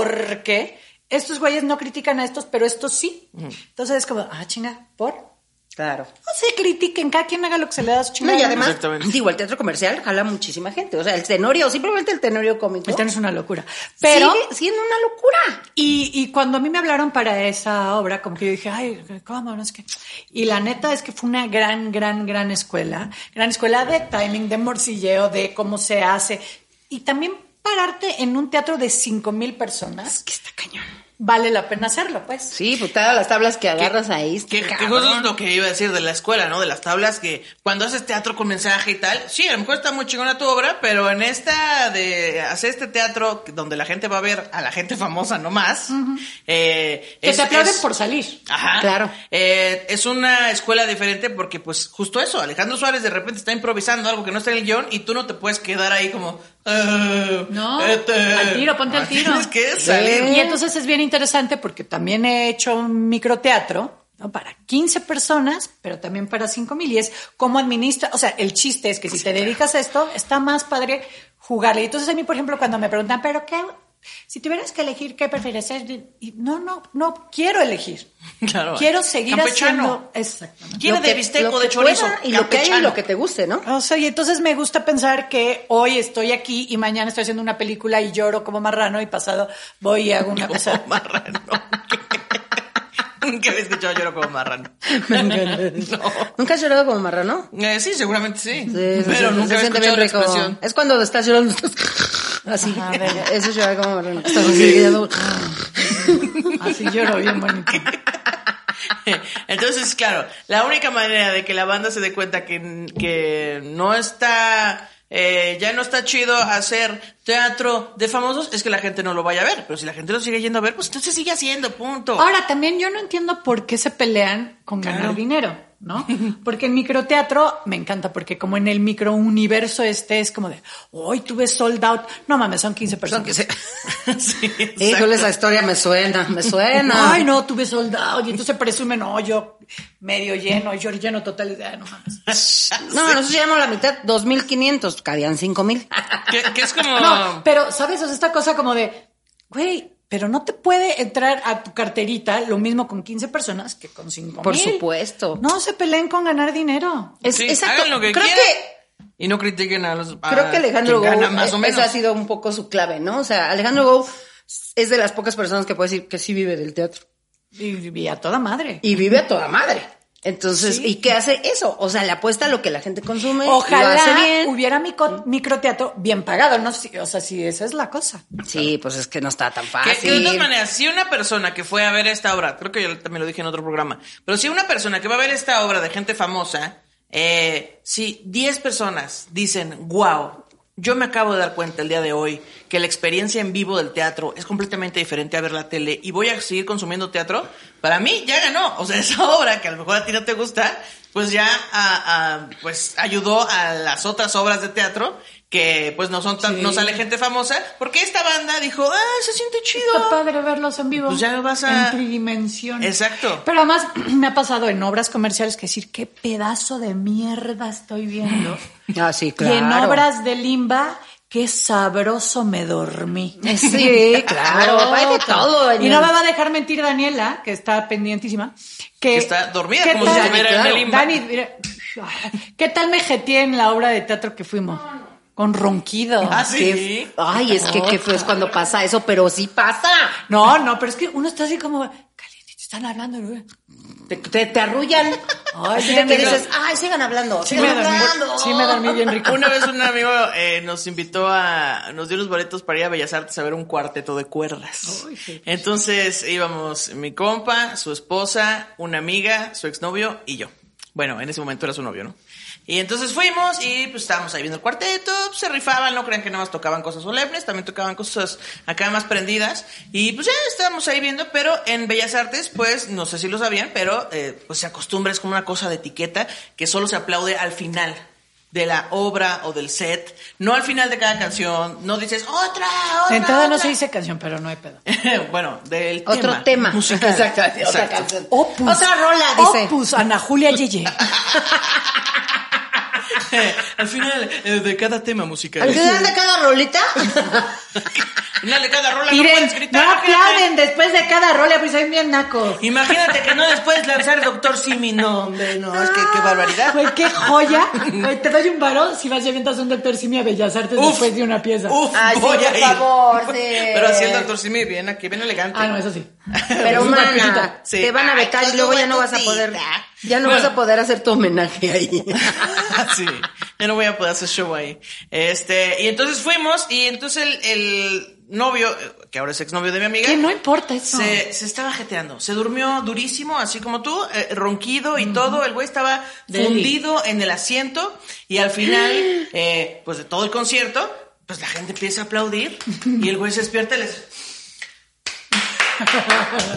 D: porque estos güeyes no critican a estos, pero estos sí. Entonces es como, ah, chinga, ¿por? No
C: Claro.
D: se critiquen, cada quien haga lo que se le da a su chingada.
C: No, y
D: gana.
C: además,
B: Exactamente.
C: digo, el teatro comercial jala muchísima gente. O sea, el tenorio, simplemente el tenorio cómico.
D: El teatro es una locura.
C: Pero
D: Pero,
C: sigue siendo una locura.
D: y, y cuando a mí me hablaron para esa obra, como que yo dije, ay, ¿cómo? No es que... Y la neta es que fue una gran, gran, gran escuela. Gran escuela de timing, de morcilleo, de cómo se hace. Y también pararte en un teatro de 5 mil personas,
C: Que está cañón.
D: vale la pena hacerlo, pues.
C: Sí, pues todas las tablas que agarras ahí. este,
B: Que, que justo es lo que iba a decir de la escuela, ¿no? De las tablas, que cuando haces teatro con mensaje y tal, sí, a lo mejor está muy chingona tu obra, pero en esta de hacer este teatro donde la gente va a ver a la gente famosa nomás, eh,
D: Que
B: es-
D: te aplauden
B: es-
D: por salir.
B: Ajá.
C: Claro.
B: Eh, es una escuela diferente porque, pues, justo eso, Alejandro Suárez de repente está improvisando algo que no está en el guión y tú no te puedes quedar ahí como... "Ah,
D: No, al tiro, ponte al
B: Ah,
D: tiro.
B: Tienes que salir.
D: Y entonces es bien interesante porque también he hecho un microteatro ¿no? para 15 personas, pero también para 5 mil. Y es cómo administra. O sea, el chiste es que si te dedicas a esto, está más padre jugarle. Y entonces a mí, por ejemplo, cuando me preguntan, ¿pero qué? Si tuvieras que elegir, ¿qué prefieres ser? Y no, no, no quiero elegir.
B: Claro.
D: Quiero seguir
B: Campechano.
D: haciendo. Exactamente.
B: Quiere
C: Lo que-
B: de bistec
C: lo
B: o de
C: que
B: chorizo.
C: pueda Y lo que hay y
B: campechano.
C: lo que te guste, ¿no?
D: O sea, y entonces me gusta pensar que hoy estoy aquí y mañana estoy haciendo una película y lloro como marrano y pasado voy y hago una cosa.
B: Marrano. Nunca había escuchado lloro como marrano.
C: Me encanta. ¿Nunca has llorado como marrano?
B: Eh, sí, seguramente sí.
C: Sí, se
B: Pero
C: siente- se
B: nunca había
C: siente bien
B: escuchado la
C: rico.
B: expresión.
C: Es cuando estás llorando. estás Así,
D: Ajá, venga.
C: eso es llorar como marrano. Estás así, ya no-
D: Así lloro bien bonito.
B: Entonces, claro, la única manera de que la banda se dé cuenta que, que no está, eh, ya no está chido hacer teatro de famosos es que la gente no lo vaya a ver. Pero si la gente lo sigue yendo a ver, pues entonces sigue haciendo, punto.
D: Ahora, también yo no entiendo por qué se pelean con
B: Claro.
D: ganar dinero, ¿no? Porque en microteatro me encanta, porque como en el microuniverso este es como de, hoy tuve sold out. No mames, son 15
C: Son
D: personas.
C: que se-
B: Sí, exacto.
C: Híjole, esa historia me suena, me suena.
D: Ay, no, tuve sold out. Y entonces presumen, no, yo medio lleno, yo lleno total. y, ah, No mames.
C: No, nosotros llevamos la mitad, 2.500, cabían 5.000.
B: Que, que es como...
D: No, pero, ¿sabes? O sea, esta cosa como de, güey, pero no te puede entrar a tu carterita lo mismo con 15 personas que con 5
C: Por supuesto.
D: No se peleen con ganar dinero.
C: Es,
B: Sí,
C: exacto.
B: hagan lo que
C: creo
B: quieran
C: que
B: Y no critiquen a los... a
C: creo que Alejandro
B: quien
C: Gou
B: gana más o
C: eh,
B: menos.
C: esa ha sido un poco su clave, ¿no? O sea, Alejandro Gou es de las pocas personas que puede decir que sí vive del teatro
D: Y, y a toda madre.
C: y vive a toda madre. Entonces,
D: Sí.
C: ¿y qué hace eso? O sea, le apuesta a lo que la gente consume, lo hace
D: Ojalá
C: bien.
D: hubiera micro- microteatro bien pagado, ¿no? Sí, O sea, sí, esa es la cosa.
C: Sí, pues es que no está tan
B: Que,
C: fácil.
B: que Ah, de todas maneras, si una persona que fue a ver esta obra, creo que yo también lo dije en otro programa, pero si una persona que va a ver esta obra de gente famosa, eh, si 10 personas dicen, wow, yo me acabo de dar cuenta el día de hoy que la experiencia en vivo del teatro es completamente diferente a ver la tele y voy a seguir consumiendo teatro, para mí ya ganó. O sea, esa obra que a lo mejor a ti no te gusta, pues ya ah, ah, pues ayudó a las otras obras de teatro que pues no son tan, no sale gente famosa, porque esta banda dijo, ah, se siente chido.
D: Está padre verlos en vivo.
B: Pues ya vas a-
D: En tridimensiones.
B: Exacto.
D: Pero además me ha pasado en obras comerciales que decir, qué pedazo de mierda estoy viendo.
C: Ah, sí, claro.
D: Y en obras de Limba, qué sabroso me dormí.
C: Sí, claro. Hay de todo.
D: Y
C: Daniel.
D: no me va a dejar mentir Daniela, que está pendientísima. Que,
B: Que está dormida,
D: ¿qué
B: como
D: tal-
B: si estuviera
C: en el
D: Dani,
B: limbo.
D: Dani, mira, ¿qué tal me jeteé en la obra de teatro que fuimos? Con ronquido.
B: Ah, sí.
C: Qué- Ay, es que qué feo es cuando pasa eso, pero sí pasa.
D: No, no, pero es que uno está así como, calientito, están hablando. ¿no?
C: Te, te, te arrullan.
D: Ay,
C: Así
D: ya
C: de que
D: me-
C: dices, ay, sigan hablando.
D: Sí me
C: sigan
D: dormí,
C: hablando.
D: sí me dormí bien rico.
B: Una vez un amigo eh, nos invitó a, nos dio unos boletos para ir a Bellas Artes a ver un cuarteto de cuerdas. Entonces íbamos mi compa, su esposa, una amiga, su exnovio y yo. Bueno, en ese momento era su novio, ¿no? Y entonces fuimos y pues estábamos ahí viendo el cuarteto, pues, se rifaban, no crean que nada más tocaban cosas solemnes, también tocaban cosas acá más prendidas. Y pues ya estábamos ahí viendo, pero en Bellas Artes, pues no sé si lo sabían, pero eh, pues se acostumbra, es como una cosa de etiqueta que solo se aplaude al final de la obra o del set, no al final de cada canción, no dices otra, otra.
D: En toda no
B: otra".
D: se dice canción, pero no hay pedo.
B: bueno, del
C: Otro tema.
B: musical.
C: Exacto, Otra
B: Exacto.
C: canción. Otra rola, dice.
D: Opus, Ana Julia Yeye.
B: al final eh, de cada tema musical.
C: Al final de cada rolita,
B: Al final de cada rola no
D: Miren,
B: puedes
D: no
B: gritar. imagínate.
D: aplauden después de cada rola, pues soy bien naco.
B: Imagínate que no después lanzar Doctor Simi, no, hombre, no, es que qué barbaridad.
D: Güey, qué joya. Güey, te doy un varón si vas y avientas un doctor Simi a Bellas Artes
B: Uf.
D: después de una pieza.
B: Uf,
C: Ay, sí,
B: voy
C: por
B: a ir.
C: favor, sí.
B: Pero así el Doctor Simi bien aquí, bien elegante.
D: Ah, no, eso sí.
C: pero
D: Una
C: humana,
D: piecita.
B: Sí.
C: te van a
B: Ay,
C: vetar y
B: todo
C: luego ya no vas
B: bueno,
C: a poder,
B: tita.
D: Ah.
C: ya no
B: Bueno.
C: vas a poder hacer tu homenaje ahí.
B: sí, ya no voy a poder hacer show ahí. Este, y entonces fuimos y entonces el, el novio, eh, que ahora es exnovio de mi amiga,
D: Que no importa eso.
B: se, se estaba jeteando, se durmió durísimo, así como tú, eh, ronquido y todo, el güey estaba
D: Deli.
B: fundido en el asiento y al final, eh, pues de todo el concierto, pues la gente empieza a aplaudir y el güey se despierta y les...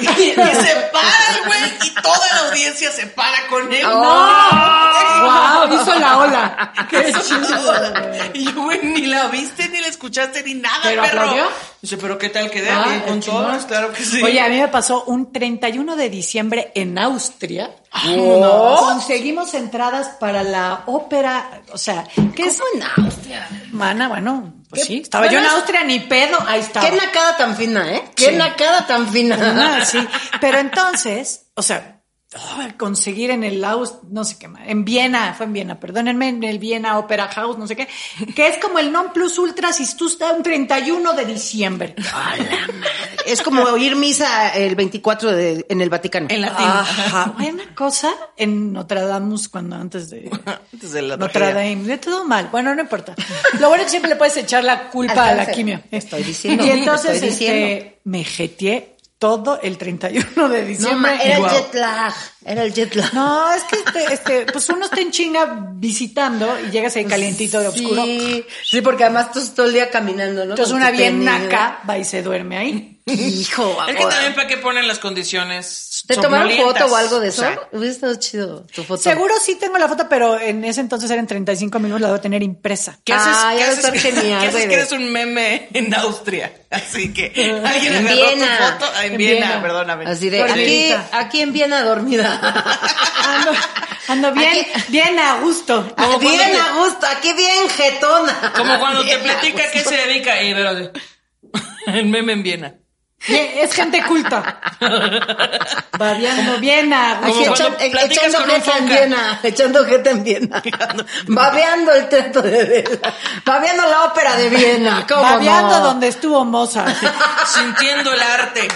B: Y, y se para el güey y toda la audiencia se para con él.
D: ¡Wow! ¡Ah! Hizo la ola. ¡Qué chido!
B: Y yo, güey, ni la viste, ni la escuchaste, ni nada,
D: ¿Pero
B: perro.
D: aplaudió?
B: Dice, pero ¿qué tal quedé?
D: Ah,
B: Bien con
D: el chingón.
B: todas, claro que sí.
D: Oye, a mí me pasó un 31 de diciembre en Austria.
C: ¿What?
D: Conseguimos entradas para la ópera, o sea, ¿qué es?
C: ¿Cómo en Austria?
D: Mana, bueno, pues
C: ¿Qué?
D: sí. Estaba yo en
C: Bueno, es-
D: Austria, ni pedo, ahí estaba.
C: Qué nacada tan fina, ¿eh? Qué
D: Sí.
C: nacada tan fina.
D: Ah, sí. Pero entonces, o sea, ah, conseguir en el Laus, no sé qué más, en Viena, fue en Viena, perdónenme, en el Viena Opera House, no sé qué, que es como el non plus ultra si tú estás un 31 de diciembre.
C: Es como oír misa el 24 de- en el Vaticano.
B: En latín.
D: Ajá. Buena cosa en Notre Dame cuando antes de
B: Antes de la
D: Notre
B: tragedia.
D: Dame, de todo mal. Bueno, no importa. Lo bueno es que siempre le puedes echar la culpa
C: Al
D: a la
C: cáncer.
D: quimio.
C: Estoy diciendo,
D: Y entonces
C: estoy
D: este,
C: diciendo.
D: me jeteé todo el 31 de
C: No,
D: diciembre.
C: ma, era el
D: Guau.
C: jet lag. Era el jet lag.
D: No, es que este, este, pues uno está en chinga visitando y llegas ahí calientito de oscuro.
C: Pues Sí, sí, porque además tú estás todo el día caminando, ¿no?
D: Entonces
C: Con
D: una
C: tu
D: bien
C: tenis,
D: naca va y se duerme ahí.
C: ¿no? Hijo,
B: Es que
C: ahora.
B: también para qué ponen las condiciones.
C: ¿Te tomaron
B: somnolientas?
C: foto o algo de eso?
B: O sea,
C: Hubiera estado chido tu foto.
D: Seguro sí tengo la foto, pero en ese entonces eran 35 minutos, la debo tener impresa. Ah,
B: ¿Qué haces?
C: Ay,
B: ¿Qué
C: ha de
B: haces
C: Ah, estar
B: que-
C: genial,
B: ¿qué haces
C: bebé.
B: que eres un meme en Austria? Así que alguien
C: En
B: agarró
C: Viena.
B: tu foto ah, en,
D: En
B: Viena,
D: Viena.
B: perdóname.
C: Así de,
B: Sí.
C: aquí,
D: Dormidita.
C: aquí en Viena dormida.
D: Ando, ando bien,
C: Aquí-
D: bien a gusto.
B: Como cuando
C: bien
B: te-
C: a gusto, aquí bien jetona.
E: Como cuando te
C: Bien a
E: platica que
C: gusto.
E: se dedica. Y pero así, el meme en Viena.
D: Bien, es gente culta. Va bien, bien a
C: Aquí
E: como
D: gusto.
C: echan-
E: cuando
C: e-
E: platicas
C: echando
E: con un
C: jeta en
E: foca.
C: Viena, echando jeta en Viena, babeando el teatro de Viena, babeando la ópera de Viena, ¿cómo
D: Babeando
C: no?
D: donde estuvo Mozart.
B: Sintiendo el arte.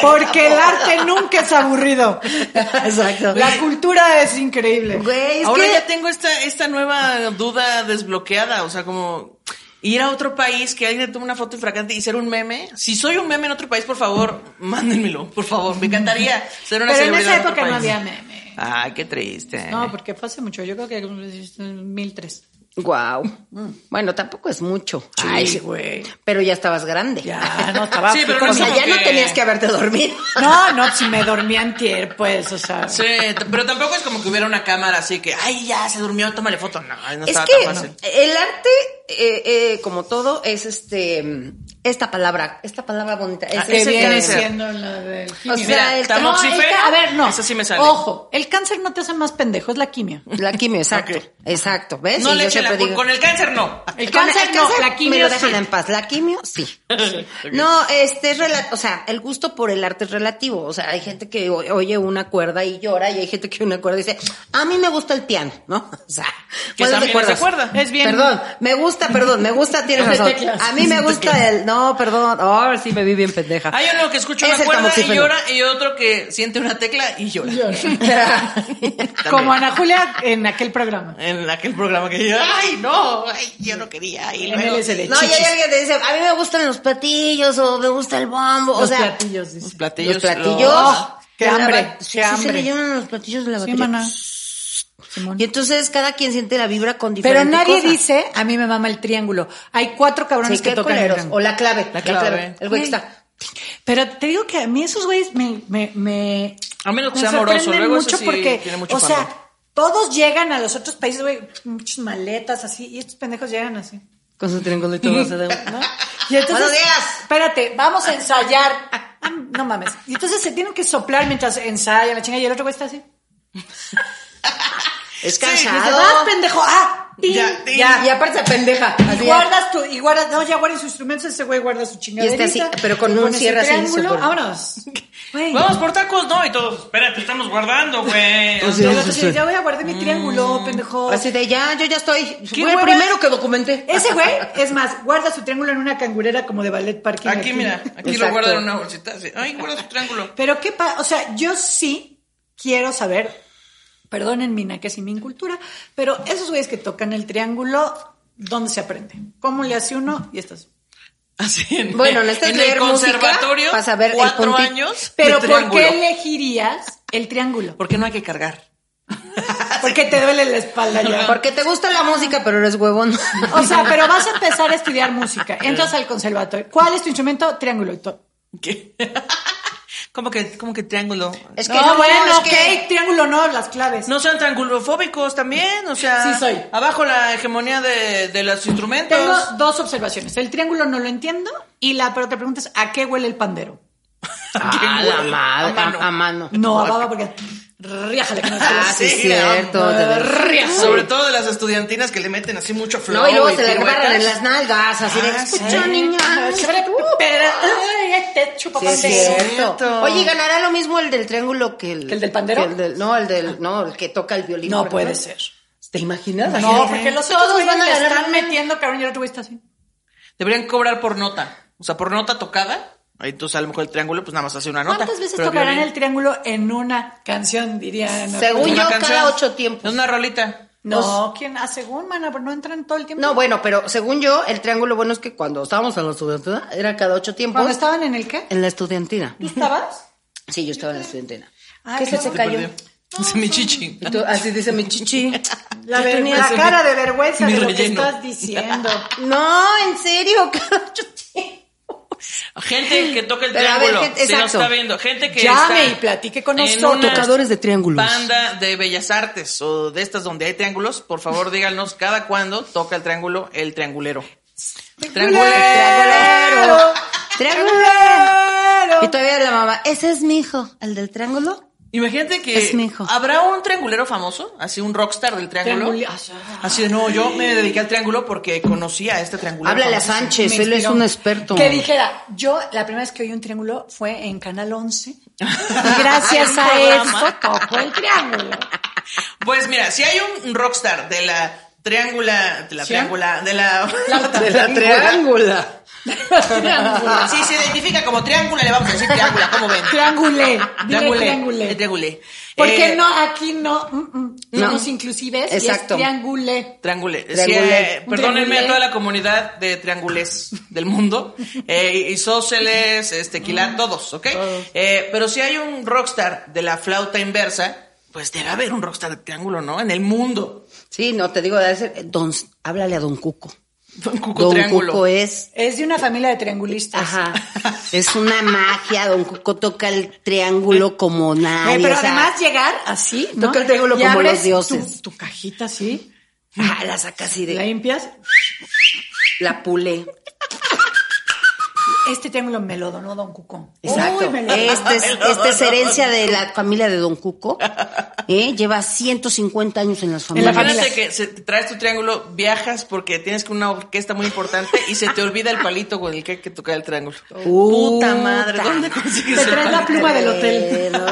D: Porque el arte nunca es aburrido.
C: Exacto.
D: La cultura es increíble.
C: Güey, es
B: Ahora
C: que
B: ya tengo esta, esta nueva duda desbloqueada, o sea, como ir a otro país que alguien tome una foto infragante y ser un meme. Si soy un meme en otro país, por favor, mándenmelo, por favor, me encantaría ser una
D: Pero en
B: celebridad
D: esa
B: otro
D: época no
B: país.
D: había meme.
B: Ay, qué triste.
C: Eh.
D: No, porque fue hace mucho. Yo creo que es 1003.
C: Guau.
B: Mm.
C: Bueno, tampoco es mucho. Ay, sí,
D: güey.
C: pero ya estabas grande.
D: Ya, no estaba.
E: Sí, pero
D: con-
C: o sea,
E: como
C: ya no
E: que-
C: tenías que haberte dormido.
D: No, no, si me dormía antier, pues, o sea.
B: Sí, t- pero tampoco es como que hubiera una cámara así que, ay, ya se durmió, tómale foto. No, no
C: es
B: estaba
C: que
B: tan fácil.
C: el arte, eh, eh, como todo, es este mm, esta palabra, esta palabra bonita. Es,
B: Ah,
C: es
D: Que
B: ese
D: viene
B: debe
C: este,
B: ser.
D: siendo la del
C: o
D: quimio.
C: sea, el Ah,
B: tamo-
D: No, el
B: ¿Tamoxifeno?
D: ca- a ver, no.
B: Eso sí me sale.
D: Ojo, el cáncer no te hace más pendejo, es la quimio.
C: la quimio, exacto,
B: Ok.
C: exacto, ¿ves?
B: No
C: Y
B: le
C: yo
B: eche la
C: siempre
B: culpa.
C: digo-
B: Con el cáncer no.
D: El
C: Con
D: cáncer,
C: el
D: no,
C: cáncer
D: la
C: me
D: quimio
C: lo
D: sí.
C: dejan en paz. La quimio, sí. No, este es rela- o sea, el gusto por el arte es relativo. O sea, hay gente que o- oye una cuerda y llora, y hay gente que una cuerda y dice, a mí me gusta el piano, ¿no? O sea,
B: Que
C: ¿cuál es de
B: también es de
C: cuerdas?
B: cuerda.
D: Es bien-
C: Perdón, me gusta, perdón, me gusta, tienes
D: Es de
C: razón.
D: teclas.
C: A mí me gusta el, no, perdón, ahora sí me vi bien pendeja.
B: Hay uno que escucha
C: Es
B: una
C: el
B: cuerda y
C: tamoxifeno.
B: llora, y otro que siente una tecla y llora.
D: Como Ana Julia en aquel programa.
B: En aquel programa que yo, ay, no, ay, yo no quería. Y
D: En
B: luego-
D: LSD.
C: no, y hay alguien que dice, a mí me gustan los platillos o me gusta el bombo, o
D: Los
C: sea,
D: platillos, dice.
B: Los platillos. Ah,
C: los platillos.
B: los-
D: qué
C: de la
D: hambre,
C: ba-
D: qué
C: sí,
D: hambre.
C: se le llaman los platillos de la
D: Sí,
C: batería.
D: maná.
C: Y entonces cada quien siente la vibra con diferente
D: Pero nadie
C: cosa.
D: dice, a mí me mama el triángulo. Hay cuatro
C: Sí,
D: cabrones
C: qué
D: que tocan el
C: culeros.
D: triángulo.
C: O la clave. La clave.
B: clave.
C: El güey que
D: Güey.
C: está.
D: Pero te digo que a mí esos güeyes me, me, me,
B: A menos que
D: me
B: sea amoroso,
D: sorprenden
B: luego eso
D: mucho
B: sí
D: porque,
B: tiene mucho
D: o sea,
B: fandom.
D: todos llegan a los otros países, güey, muchas maletas así, y estos pendejos llegan así.
C: Con su triangulito base de
D: ¿no? Y entonces,
C: Buenos días.
D: Espérate, vamos a ensayar. Ah, no mames. Y entonces se tienen que soplar mientras ensayan la chinga y el otro güey está así.
C: Es
D: Y dice, vas, pendejo. Ah, tin,
B: Ya, tin.
C: Y aparte esa pendeja.
D: Y
C: Así ya.
D: guardas tu, y guardas, no, ya guarden sus instrumentos, ese güey guarda su chingaderita.
C: Y está así, pero con
D: le
C: un
D: pones el
C: cierre así,
D: triángulo.
C: súper-
D: Vámonos. Güey.
E: Vamos por tacos, no. Y todos, espérate, estamos guardando, güey.
C: Pues sí,
D: Y el
C: sí,
D: otro
C: sí. Mm.
D: así, ya voy a guardar mi triángulo, pendejo.
C: Así de ya, yo ya estoy. Fue el
D: hueva?
C: primero que documenté.
D: Ese güey, es más, guarda su triángulo en una cangurera como de ballet parking.
B: Aquí, mira, aquí
C: Exacto.
B: lo guardan en una bolsita. así. Ay, guarda su triángulo.
D: Pero qué pa- o sea, yo sí quiero saber, perdonen mi naquez y mi incultura, pero esos güeyes que tocan el triángulo, ¿dónde se aprende? ¿Cómo le hace uno? Y estas.
B: Así en,
C: Bueno, necesitas
B: en
C: leer
B: el
C: música
B: conservatorio,
C: para saber el
B: cuatro
C: punti-
B: años.
D: Pero
B: de
D: ¿por
B: triángulo.
D: qué elegirías el triángulo?
B: Porque no hay que cargar.
C: Ah,
D: Porque te duele la espalda ya.
C: Porque te gusta la música, pero eres huevón.
D: O sea, pero vas a empezar a estudiar música. Entras al conservatorio. ¿Cuál es tu instrumento? Triángulo. Y todo.
B: ¿Qué? ¿Cómo que, cómo que triángulo?
C: Es que
D: no,
C: no, no,
D: bueno,
C: es
D: ok.
C: que-
D: Triángulo no, las claves.
B: No sean triangulofóbicos también, o sea.
D: Sí soy.
B: Abajo la hegemonía de, de los instrumentos.
D: Tengo dos observaciones. El triángulo no lo entiendo. Y la pero te preguntas, ¿a qué huele el pandero?
C: Ah, la madre.
B: A mano.
C: A, a mano.
D: No, a baba porque... Ríjale que no te
C: Ah,
D: la-
C: sí,
B: Sí,
C: cierto. de verdad.
B: Sobre todo de las estudiantinas que le meten así mucho flow.
C: No, y luego se la
B: piruetas.
C: agarran en las nalgas. Así de.
B: Ah, sí.
C: Escucha, niña.
D: Pero, ay, te chupa
C: uh. Sí, es
D: pandero.
C: cierto. Oye, ¿y ¿ganará lo mismo el del triángulo que el,
D: ¿Que el del pandero?
C: que el del- no, el del, no, el que toca el violín.
D: No
C: por
D: puede
C: ejemplo?
D: ser.
C: ¿Te imaginas?
D: No,
C: Imagínate.
D: porque los
C: Todos
D: otros güeyes
C: van a
D: le
C: ganar
D: están
C: una-
D: metiendo, cabrón, y el otro güey está así.
B: Deberían cobrar por nota. O sea, por nota tocada. Ahí Entonces, a lo mejor el triángulo, pues nada más hace una nota.
D: ¿Cuántas veces
B: Pero
D: tocarán
B: violín,
D: el triángulo en una canción, diría Ana?
C: Según
B: una
C: yo, cada ocho tiempos.
B: Es una rolita.
D: No, ¿quién? Ah, según, mana, pero no entran todo el tiempo.
C: No, bueno, pero según yo, el triángulo bueno es que cuando estábamos en la estudiantina era cada ocho tiempos.
D: ¿Cuando estaban en el qué?
C: En la estudiantina.
D: ¿Tú estabas?
C: Sí, yo estaba en la estudiantina.
D: Ah,
C: ¿Qué se,
D: claro.
C: se
D: Te
C: cayó?
B: Perdió. Es mi chichi.
C: Y tú, así dice mi chichi.
D: La,
C: Yo
D: ver-
C: tenía-
D: la cara de vergüenza
B: mi
D: de lo que
B: relleno.
D: estás diciendo.
C: No, en serio, cada ocho tiempos.
B: Gente que toca el
C: Pero a ver,
B: triángulo.
C: gente-
B: si nos
C: exacto.
B: está viendo. Gente que
D: Llame
B: está
D: y platique con
B: en
D: nosotros.
B: una
C: Tocadores de triángulos.
B: Banda de bellas artes o de estas donde hay triángulos, por favor díganos cada cuándo toca el triángulo el triangulero.
C: Triangulero. Triangulero. Y todavía la mamá, ese es mi hijo, el del triángulo.
B: Imagínate que
C: Es mi hijo.
B: habrá un triangulero famoso, así un rockstar del triángulo.
D: Trianguli- o sea,
B: Así de no, yo me dediqué al triángulo porque conocí a este triángulo.
C: Háblale a Sánchez,
D: me
C: él es
D: inspiró.
C: un experto.
D: Que dijera, yo la primera vez que oí un triángulo fue en Canal 11. Y gracias
B: Un
D: a
B: programa.
D: eso tocó el triángulo.
B: Pues mira, si hay un rockstar de la triángula, de la
D: ¿Sí?
B: triángula, de la,
C: De la triángula. Ah.
B: Si se identifica como triángula, le vamos a decir triángula, ¿cómo ven?
D: Triangulé, dile
B: Triangulé.
D: triangulé.
B: Triangulé.
D: Porque
B: Eh,
D: no, aquí no, mm, mm,
C: No.
D: somos inclusives
C: Exacto.
D: y es triangulé.
B: Triangulé. Sí,
C: Triangulé.
B: eh, perdónenme
D: Triangulé.
B: a toda la comunidad de triangulés del mundo. Eh, isósceles, este, Quilán, todos, ¿ok? Eh, pero si hay un rockstar de la flauta inversa, pues debe haber un rockstar de triángulo, ¿no? En el mundo.
C: Sí, no, te digo, debe ser- don, háblale a don Cuco.
B: Don Cuco
C: Don
B: Triángulo.
C: Cuco es,
D: Es de una familia de triangulistas.
C: ajá, es una magia. Don Cuco toca el triángulo como nadie.
D: Eh, pero
C: o sea,
D: además llegar así, ¿no?
C: Toca el triángulo
D: Y
C: como
D: abres
C: los dioses.
D: Tu, tu cajita así,
C: ajá, la saca así
D: la
C: de,
D: limpias.
C: la pule.
D: Este triángulo me lo donó Don Cucón.
C: Exacto.
D: Uy, me lo donó.
C: Este es, este es herencia de la familia de Don Cuco. ¿eh? Lleva 150 años en las familias.
B: Imagínate que se- te traes tu triángulo, viajas porque tienes que una orquesta muy importante y se te olvida el palito con el que hay que tocar el triángulo. Puta madre, ¿dónde consigues
D: Te
B: el
D: traes la
B: palito?
D: pluma del hotel.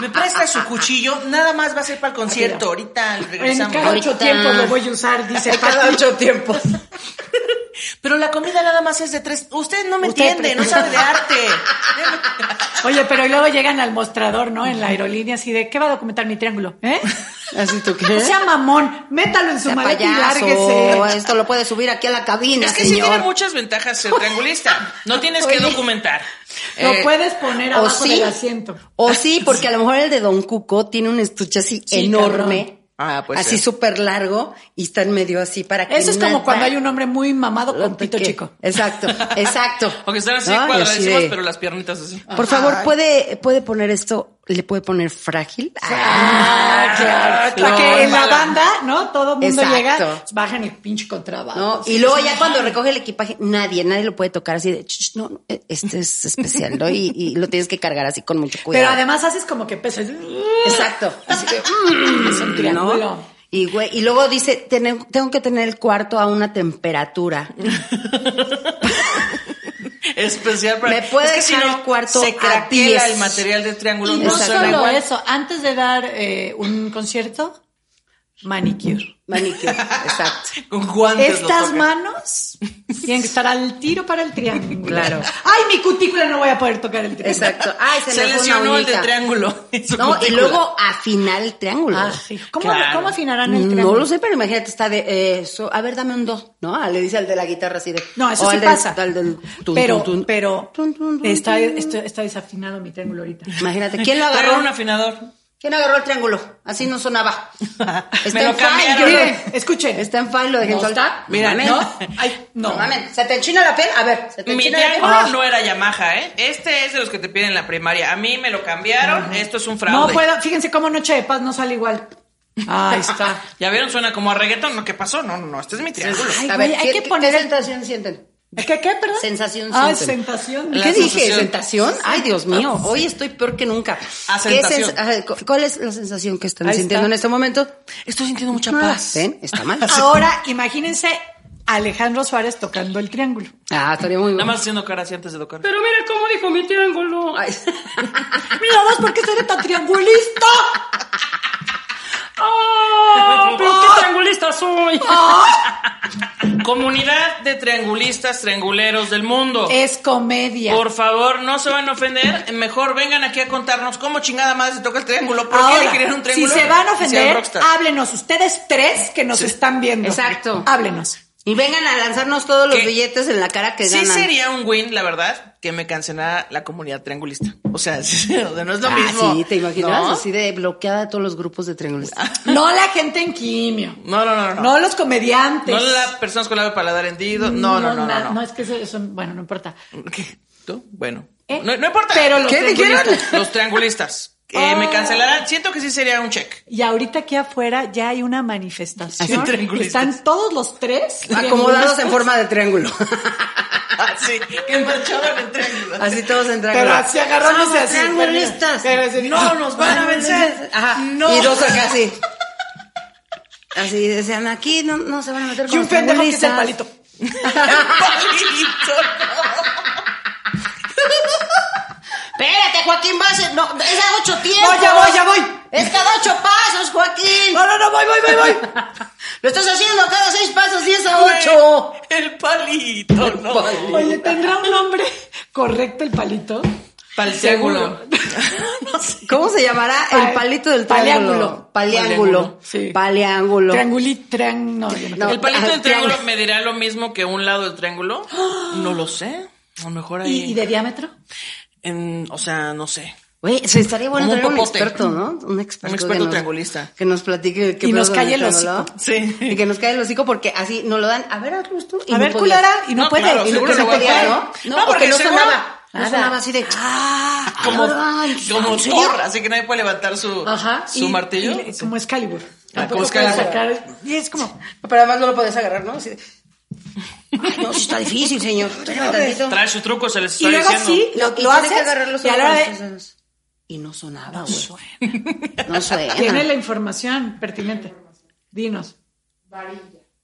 B: ¿Me presta su cuchillo? Nada más va a ser para el concierto. Ahorita
D: En
B: regresamos.
D: cada ocho
C: Ahorita.
D: tiempos lo voy a usar, dice
C: Cada
D: Pati.
C: ocho tiempos.
B: Pero la comida nada más es de tres. Usted no me
D: Usted
B: entiende, no
D: pre-
B: sabe de arte.
D: Oye, pero y luego llegan al mostrador, ¿no? En la aerolínea, así de, ¿qué va a documentar mi triángulo? ¿Eh?
C: Así tú
D: No
C: qué.
D: sea mamón, métalo en su
C: Sea
D: maleta y
C: payaso,
D: lárguese.
C: esto lo puede subir aquí a la cabina,
B: Es que sí
C: señor.
B: tiene muchas ventajas ser triangulista. No tienes que documentar.
D: Lo
B: Eh,
D: puedes poner
C: o
D: abajo
C: sí.
D: del asiento.
C: o sí, porque a lo mejor el de Don Cuco tiene un estuche así
D: Sí,
C: enorme,
B: Ah, puede
C: así
B: ser.
C: súper largo y está en medio así para que
D: Eso es como
C: nada
D: cuando hay un hombre muy mamado
C: lo
D: con pito
C: toque.
D: chico.
C: Exacto, exacto.
B: Porque están así
C: Ay,
B: cuadradísimos,
C: de-
B: pero las piernitas así.
C: Por favor, puede puede poner esto, le puede poner frágil.
D: Ah, claro. Para
B: No,
D: que en la
B: mala.
D: banda, ¿no? Todo el mundo
C: Exacto.
D: llega, bajan el pinche contrabajo.
C: ¿no? Y luego ya cuando recoge el equipaje, nadie, nadie lo puede tocar así de, "Ch, ch, no, no, eh, este es especial, ¿no? Y, y lo tienes que cargar así con mucho
D: Pero
C: cuidado.
D: además haces como que pesas.
C: Exacto. Así que, "Mm,
D: mm, Es un triángulo.
C: ¿no? Y, güey, y luego dice, "Tene- tengo que tener el cuarto a una temperatura.
B: Especial para.
C: Me puede
B: es que si
C: dejar
B: no,
C: el cuarto
B: se
C: a
B: craquela
C: 10.
B: el material del triángulo.
D: Y no
B: suena
D: solo
B: igual.
D: eso, antes de dar eh, un concierto, manicure.
C: Manicure, exacto.
B: Con guantes. lo
D: Estas
B: tocan.
D: manos tienen que estar al tiro para el triángulo.
C: Claro.
D: Ay, mi cutícula no voy a poder tocar el triángulo.
C: Exacto. Ay, se,
B: Se
C: me fue una
B: lesionó el de
C: uñita.
B: triángulo. en su
C: No, y
B: cutícula.
C: luego afinar el triángulo.
D: Ah, sí. ¿Cómo,
B: Claro.
D: cómo afinarán el triángulo?
C: No lo sé, pero imagínate, está de, eh, so- a ver, dame un do, ¿no? Ah, Le dice al de la guitarra así de...
D: No, eso
C: o
D: sí
C: al del-
D: pasa.
C: al del tun,
D: pero,
C: tun, tun.
D: pero
C: Tun, tun, tun,
D: está,
C: tun.
D: está- está desafinado mi triángulo ahorita.
C: Imagínate, ¿quién lo
B: Traigan
C: agarró?
B: un afinador.
C: ¿Quién agarró el triángulo? Así no sonaba. Está
B: Me lo
C: en file,
B: cambiaron.
C: yo-
D: Miren, escuchen.
C: Está en file, lo dejé
D: No
C: soltar.
D: está. Mira,
C: mames.
D: no. Ay, no.
C: No mames. ¿Se te enchina la piel? A ver, ¿se te
B: Mi
C: enchina la piel?
B: triángulo
C: Ah.
B: no era Yamaha, ¿eh? Este es de los que te piden en la primaria. A mí me lo cambiaron. Esto es un fraude.
D: No puedo, fíjense cómo Noche de Paz no sale igual. Ahí está.
B: Ya vieron, suena como a reggaetón. ¿No, ¿qué pasó? No, no, no. Este es mi triángulo.
D: Ay,
C: a
D: güey,
C: ver,
D: hay
C: ¿qué-
D: que
C: qué-
D: poner-
C: ¿qué sensación sienten?
D: ¿Qué, qué, perdón?
C: Sensación,
D: Ah,
C: sienten.
D: sensación. Ah, pues
B: La
C: ¿Qué dije?
B: sensación.
C: ¿Sentación? Ay, Dios mío, hoy estoy peor que nunca. ¿Qué
B: Asentación.
C: sens- ay, cu- ¿Cuál es la sensación que están
D: Ahí
C: sintiendo
D: está.
C: en este momento?
B: Estoy sintiendo mucha
C: Nada.
B: paz.
C: ¿Ven? Está mal.
D: Ahora, imagínense Alejandro Suárez tocando el triángulo.
C: Ah, estaría muy
B: Nada
C: bueno.
B: más haciendo cara así antes de tocar.
F: Pero mira cómo dijo mi triángulo.
C: Ay,
D: Mira, ¿ves por qué eres tan triangulista?
F: ¡Ah! ¡Pero qué triangulista soy!
D: Ah.
B: Comunidad de triangulistas, trianguleros del mundo.
D: Es comedia.
B: Por favor, no se van a ofender. Mejor vengan aquí a contarnos cómo chingada madre se toca el triángulo. ¿Por qué
D: Ahora,
B: le crearon un
D: si
B: triángulo?
D: se van a
B: Sean
D: ofender,
B: rockstar.
D: háblenos. Ustedes tres que nos están viendo.
C: Exacto.
D: Háblenos.
C: Y vengan a lanzarnos todos los
B: ¿Qué?
C: billetes en la cara que
B: Sí
C: ganan.
B: sería un win, la verdad, que me cancelara la comunidad triangulista. O sea, sí, o sea, no es lo
C: Ah,
B: mismo.
C: sí, ¿te imaginas?
B: ¿No?
C: Así de bloqueada de todos los grupos de triangulistas.
D: No la gente en quimio.
B: No, no, no, no.
D: No,
B: No,
D: los comediantes.
B: No las personas con labio paladar hendido. No, no, no, no.
D: na-
B: no,
D: es que eso, eso- bueno, no importa.
B: ¿Qué? ¿Tú? Bueno.
D: ¿Eh?
B: No, no importa.
D: Pero los
B: ¿Qué dijeron?
D: triangulistas.
B: Los triangulistas. Eh, Me cancelarán. Siento que sí sería un check.
D: Y ahorita aquí afuera ya hay una manifestación.
B: Así, triangulistas.
D: Están todos los tres
C: Acomodados en
D: triangulistas,
C: forma de triángulo.
B: Así, que marchaban en triángulo.
C: Así todos en triángulo.
D: Pero así agarrándose
C: Somos
D: así.
C: triangulistas.
D: Pero así, "Ah,
B: No nos van a vencer.
C: Ajá.
B: No.
C: Y dos acá así. Así decían, aquí no, no se van a meter con
D: Y un
C: los
D: pendejo que es el
C: triangulistas.
D: palito.
C: Espérate, Joaquín, vas. No, es a ocho tiempos.
D: Voy, ya voy, ya voy.
C: Es cada ocho pasos, Joaquín.
D: No, no, no, voy, voy, voy, voy.
C: Lo estás haciendo cada seis pasos, diez a ocho.
B: El palito, no.
D: Oye, ¿tendrá un nombre correcto el palito?
B: Palsegulo.
D: no sé.
C: ¿Cómo se llamará?
D: Pal-
C: el palito del triángulo.
D: Paleángulo.
C: Paliángulo.
D: Sí.
C: Paliángulo.
D: Trianguli, tran- no, yo no.
C: No.
B: ¿El palito del
C: Ah,
B: triángulo
C: triángulo.
B: medirá lo mismo que un lado del triángulo? No lo sé. A lo mejor ahí.
D: ¿Y, y de diámetro?
B: en- o sea, no sé.
C: Güey, se estaría bueno
B: Como un
C: tener un
B: popote.
C: experto, ¿no? Un experto.
B: Un experto
C: que nos-
B: triangulista.
C: Que nos platique. qué
D: Y nos
C: pedo con
D: calle el
C: triángulo.
D: hocico.
B: Sí.
C: Y que nos cae el hocico porque así no lo dan. A ver, hazlo tú. Y
D: A
C: no
D: ver,
C: podía.
D: culera, y no, puede.
B: claro,
D: y no
B: seguro
D: puede,
B: no puede,
D: puede.
C: ¿no?
B: No,
C: No,
B: porque
C: porque no
B: seguro-
C: sonaba. No
D: Nada.
C: sonaba así de. Ah,
B: Como,
C: ay,
B: como
C: ¿en serio?
B: Thor, así que nadie puede levantar su,
D: Ajá.
B: su
D: y-
B: martillo.
D: y- como Excalibur.
B: Ah,
D: Tampoco
B: como
D: puede
B: Excalibur.
D: sacar- Y es como,
C: Pero además no lo podías agarrar, ¿no? Así de. Ay, no, sí está difícil, señor. Déjame tantito.
B: Trae su truco, se les
D: Y
B: estoy
D: luego
B: diciendo.
D: sí, lo,
C: Y
D: lo
C: tienes
D: haces.
C: que agarrarlo
D: y
C: solo
D: a
C: con
D: la
C: los
D: vez
C: tres dedos. Y no sonaba, güey. No suena.
D: tiene la información pertinente. Dinos.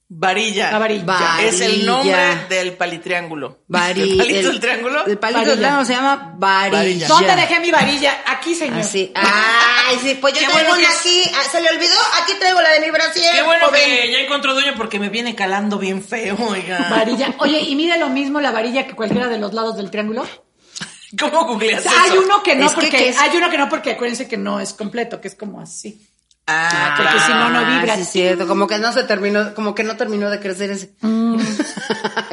B: Varilla.
D: La varilla.
C: Varilla.
B: Es el nombre del palitriángulo.
C: Vari-
B: ¿El palito del triángulo?
C: El palito del
D: Varilla.
C: triángulo se llama varilla.
B: Varilla.
D: ¿Dónde dejé mi varilla? Aquí, señor.
C: Así. ah, Ay, sí, pues
B: Qué
C: yo traigo
B: bueno
C: una
B: que es-
C: aquí. Ah, ¿Se le olvidó? Aquí traigo la de mi brasier.
D: Eh,
B: Qué bueno
C: joven.
B: que ya encontró dueño porque me viene calando bien feo, oiga.
D: Varilla. Oye, ¿y mide lo mismo la varilla que cualquiera de los lados del triángulo?
B: ¿Cómo googleas eso?
D: hay uno que no
C: Es que-
D: porque
C: que es-
D: hay uno que no porque acuérdense que no es completo, que es como así.
B: Ah,
D: porque si no, no
C: Ah,
D: vibra.
C: sí, es cierto. Como que no se terminó, como que no terminó de crecer ese.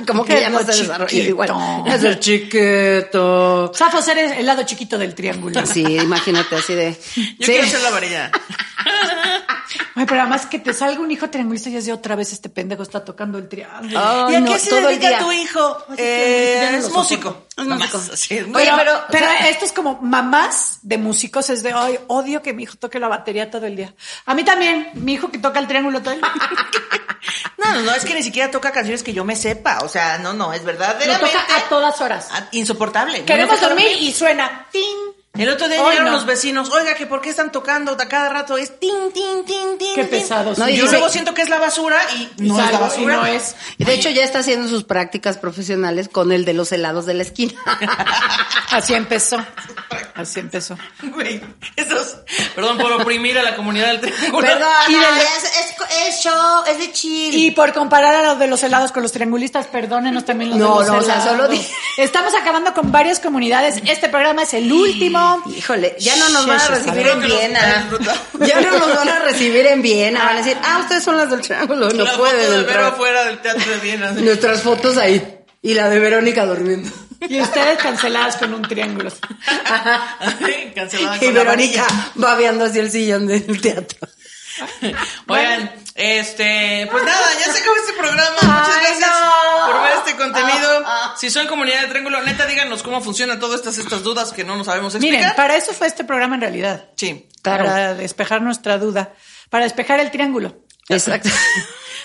C: como que
D: Qué
C: ya no se
D: chiquito.
C: desarrolló igual. Es el chiquito.
D: Safo ser es el lado chiquito del triángulo.
C: Sí, imagínate así de.
B: Yo
C: sí.
B: quiero ser la varilla.
D: Ay, pero además que te salga un hijo triangulista y es de otra vez este pendejo está tocando el triángulo.
C: Ay,
B: ¿Y a
C: no,
B: qué se
C: todo el
B: dedica
C: día.
B: tu hijo?
D: Ay, sí,
B: Eh,
D: ya no lo
B: es músico.
C: Es
B: Nada
C: músico.
B: más, así es.
D: pero,
C: Oye,
D: pero,
C: pero- o sea-
D: esto es como mamás de músicos es de ay, odio que mi hijo toque la batería todo el día. A mí también, mi hijo que toca el triángulo todo el día.
B: No, no, no, es que ni siquiera toca canciones que yo me sepa. O sea, no, no, es
D: Lo
B: verdaderamente
D: toca a todas horas.
B: ah, insoportable.
D: Queremos
B: No nos deja
D: dormir y suena ting.
B: El otro día
D: Hoy
B: llegaron
D: no.
B: los vecinos, oiga, que por qué están tocando a cada rato es tin, tin, tin, tin.
D: Qué
B: tin".
D: pesados.
C: No,
B: Y
C: y
B: yo
C: dice-
B: luego siento que es la basura y no es la
D: salgo y
B: basura.
D: no es.
C: Y de hecho ya está haciendo sus prácticas profesionales con el de los helados de la esquina.
D: Así empezó. Así empezó.
B: Güey, esos- perdón por oprimir a la comunidad del triángulo.
C: Perdón,
D: Y del-
C: es, es, es show, es de chill.
D: Y por comparar a los de los helados con los triangulistas, perdónenos también los
C: No,
D: de los
C: no, o
D: helados.
C: sea, solo di-
D: Estamos acabando con varias comunidades. Este programa es el último.
C: Híjole, ya no nos van a
D: Shh,
C: recibir
B: Creo
C: en
B: que los-
C: Viena. Ya no nos van a recibir en Viena. Van a decir, ah, ustedes son las del triángulo. No
B: la foto
C: pueden
B: de Vero
C: entrar.
B: afuera del teatro de Viena.
C: Nuestras fotos ahí. Y la de Verónica durmiendo.
D: Y ustedes canceladas con un triángulo.
B: Ay, Cancelada
C: Y
B: con la
C: Verónica babeando hacia el sillón del teatro.
B: Oigan, este, pues nada, ya se acabó este programa. Muchas
C: Ay,
B: gracias
C: no.
B: por ver este contenido. Si son comunidad de Triángulo, neta, díganos cómo funcionan todas estas, estas dudas que no nos sabemos explicar.
D: Miren, para eso fue este programa en realidad.
B: Sí.
C: Claro.
D: Para despejar nuestra duda. Para despejar el triángulo.
C: Exacto.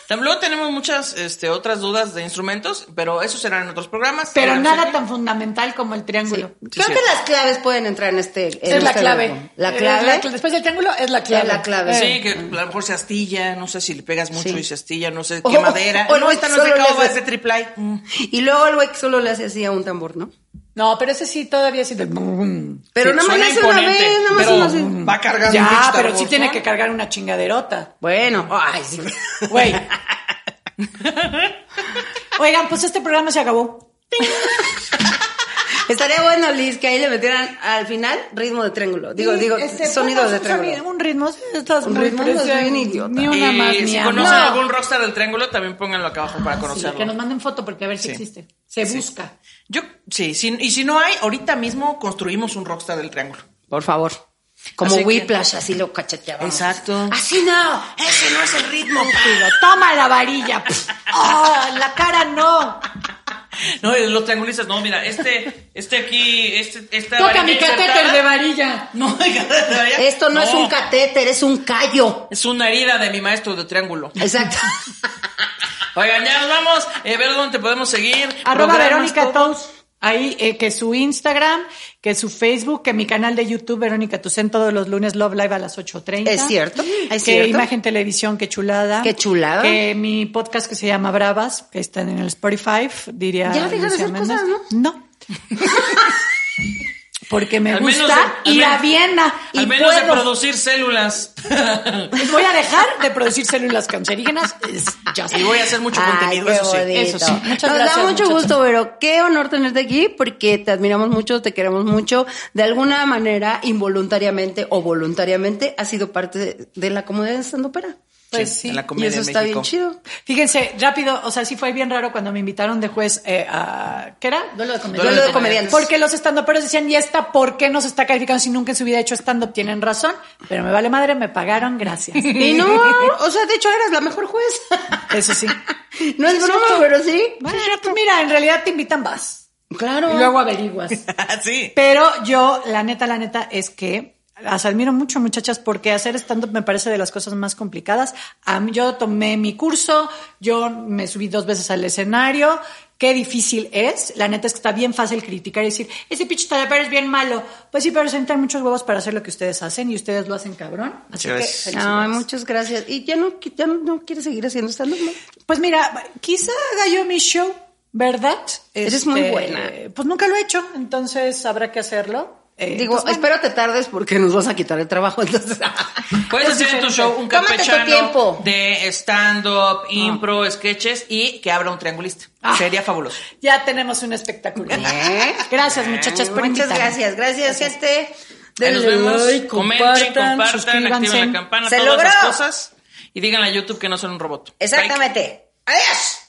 B: También luego tenemos muchas este, otras dudas de instrumentos, pero eso serán en otros programas.
D: Pero
B: Ahora
D: nada
B: sí.
D: tan fundamental como el triángulo.
B: Sí,
C: Creo
B: sí.
C: que las claves pueden entrar en este. en
D: Es la
C: este
D: clave.
C: álbum. La
D: Es
C: clave.
D: cl- después del triángulo es la clave.
C: Es la clave.
D: Eh.
B: Sí, que a lo mejor se astilla, no sé si le pegas mucho
C: Sí.
B: y se astilla, no sé
C: O-
B: qué madera.
C: o
B: no,
C: no,
B: esta no es
C: solo
B: de
C: le
B: caoba,
C: haces-
B: es de triple A. Mm.
C: Y luego el güey que solo le hace así a un tambor, ¿no?
D: No, pero ese sí todavía sí. del boom.
C: Pero
B: Mm. Sí,
C: nada más
B: suena
C: le hace una
B: imponente,
C: vez, nada más
B: pero
C: uno así.
B: Va cargando un
D: Ya,
B: pinche
D: pero sí
B: tamborzón.
D: tiene que cargar una chingaderota.
C: Bueno, ay, sí.
D: Güey. Oigan, pues este programa se acabó.
C: Estaría bueno, Liz, que ahí le metieran al final ritmo de triángulo. Digo, digo,
D: este,
C: sonidos de triángulo.
D: Un ritmo. Estás
C: Un
D: muy
C: ritmo,
D: presa-
C: soy bien idiota.
D: Ni una
B: Y
D: más, ni
B: si
D: a-
B: conocen
D: No.
B: algún rockstar del triángulo, también pónganlo acá abajo para
D: Sí,
B: conocerlo.
D: que nos manden foto porque a ver si
B: Sí.
D: existe. Se busca.
B: Yo, sí, sí, y si no hay, ahorita mismo construimos un rockstar del triángulo.
C: Por favor. Como
B: Así que-
C: Whiplash, así lo cacheteábamos.
B: Exacto.
C: Así no.
B: Ese no es el ritmo.
D: Estúpido, Toma la varilla. Pff,
C: Oh,
D: ah, la cara no.
B: No, y los triangulistas, no, mira, este, este aquí, este, esta.
D: Toca
B: varita
D: mi catéter
B: insertada-
D: de varilla.
B: No, oiga, de varilla.
C: Esto no, es un catéter, es un callo.
B: Es una herida de mi maestro de triángulo.
C: Exacto.
B: Oigan, ya nos vamos. Eh, ver dónde te podemos seguir.
D: Arroba
B: Programas,
D: Verónica
B: todo.
D: Tous. Ahí, eh, que su Instagram, que su Facebook, que mi canal de YouTube, Verónica Tucen, todos los lunes Love Live a las 8.30.
C: Es cierto, es
D: que
C: cierto.
D: Imagen Televisión, que chulada.
C: Qué chulada.
D: Que mi podcast que se llama Bravas, que está en el Spotify, diría
C: Ya deja de
D: Lucía
C: hacer
D: Méndez.
C: cosas,
D: No. Porque me
B: Al menos
D: gusta
B: de- al
D: ir a
B: menos-
D: Viena. y
B: Al menos de
D: puedo.
B: producir células.
D: Voy a dejar de producir células cancerígenas. Es just-
B: Y voy a hacer mucho
C: Ay,
B: contenido,
C: qué
B: eso sí.
C: bonito.
D: Eso sí. Muchas
C: Nos
D: gracias,
C: da mucho
D: muchachas.
C: gusto, pero qué honor tenerte aquí porque te admiramos mucho, te queremos mucho. De alguna manera, involuntariamente o voluntariamente, has sido parte de, de la comunidad de stand opera.
D: Pues
B: Sí,
D: sí.
B: en la
C: Y
B: comedia
C: eso
B: de
C: está bien
B: México.
C: chido.
D: Fíjense, rápido, o sea, sí fue bien raro cuando me invitaron de juez eh, a... ¿Qué era?
C: Duelo de comediantes.
B: Duelo de
C: comediantes.
D: Porque los estandoperos decían, ¿y esta por qué nos está calificando si nunca en su vida ha hecho stand-up? Tienen razón, pero me vale madre, me pagaron, gracias.
C: Y no, o sea, de hecho eras la mejor juez.
D: Eso sí.
C: No es broma, pero sí.
D: Bueno, pues mira, en realidad te invitan vas.
C: Claro.
D: Y luego averiguas.
B: Ah, sí.
D: Pero yo, la neta, la neta es que las admiro mucho, muchachas, porque hacer stand-up me parece de las cosas más complicadas. A mí- yo tomé mi curso, yo me subí dos veces al escenario. Qué difícil es. La neta es que está bien fácil criticar y decir, ese pinche talapero es bien malo. Pues sí, pero se necesitan muchos huevos para hacer lo que ustedes hacen y ustedes lo hacen cabrón. Así que,
B: Gracias.
C: Ay,
D: felicidades.
C: muchas gracias. Y ya no, ya no, no quieres seguir haciendo stand up.
D: Pues mira, quizá haga yo mi show, ¿verdad?
C: Eres
D: Este,
C: muy buena.
D: Pues nunca lo he hecho, entonces habrá que hacerlo. Eh,
C: Digo,
D: entonces, bueno.
C: espero te tardes porque nos vas a quitar el trabajo. Entonces,
B: Puedes hacer en tu
D: diferente.
B: show un
C: Tómate tu
B: campechano
C: tiempo. Ah.
B: de stand-up, impro, sketches y que abra un triangulista.
D: Ah.
B: Sería fabuloso.
D: Ya tenemos un espectáculo.
C: ¿Eh?
D: Gracias, muchachas, por
C: Muchas
D: invitarme.
C: gracias, gracias, este, gente.
B: Ahí nos
C: Denle
B: vemos.
C: like,
B: Comenten,
C: compartan,
B: compartan, activen
D: suscríbanse.
B: la campana,
C: ¡Se
B: todas esas
C: logró!
B: cosas. Y díganle a YouTube que no son un robot. Like.
C: Exactamente. Adiós.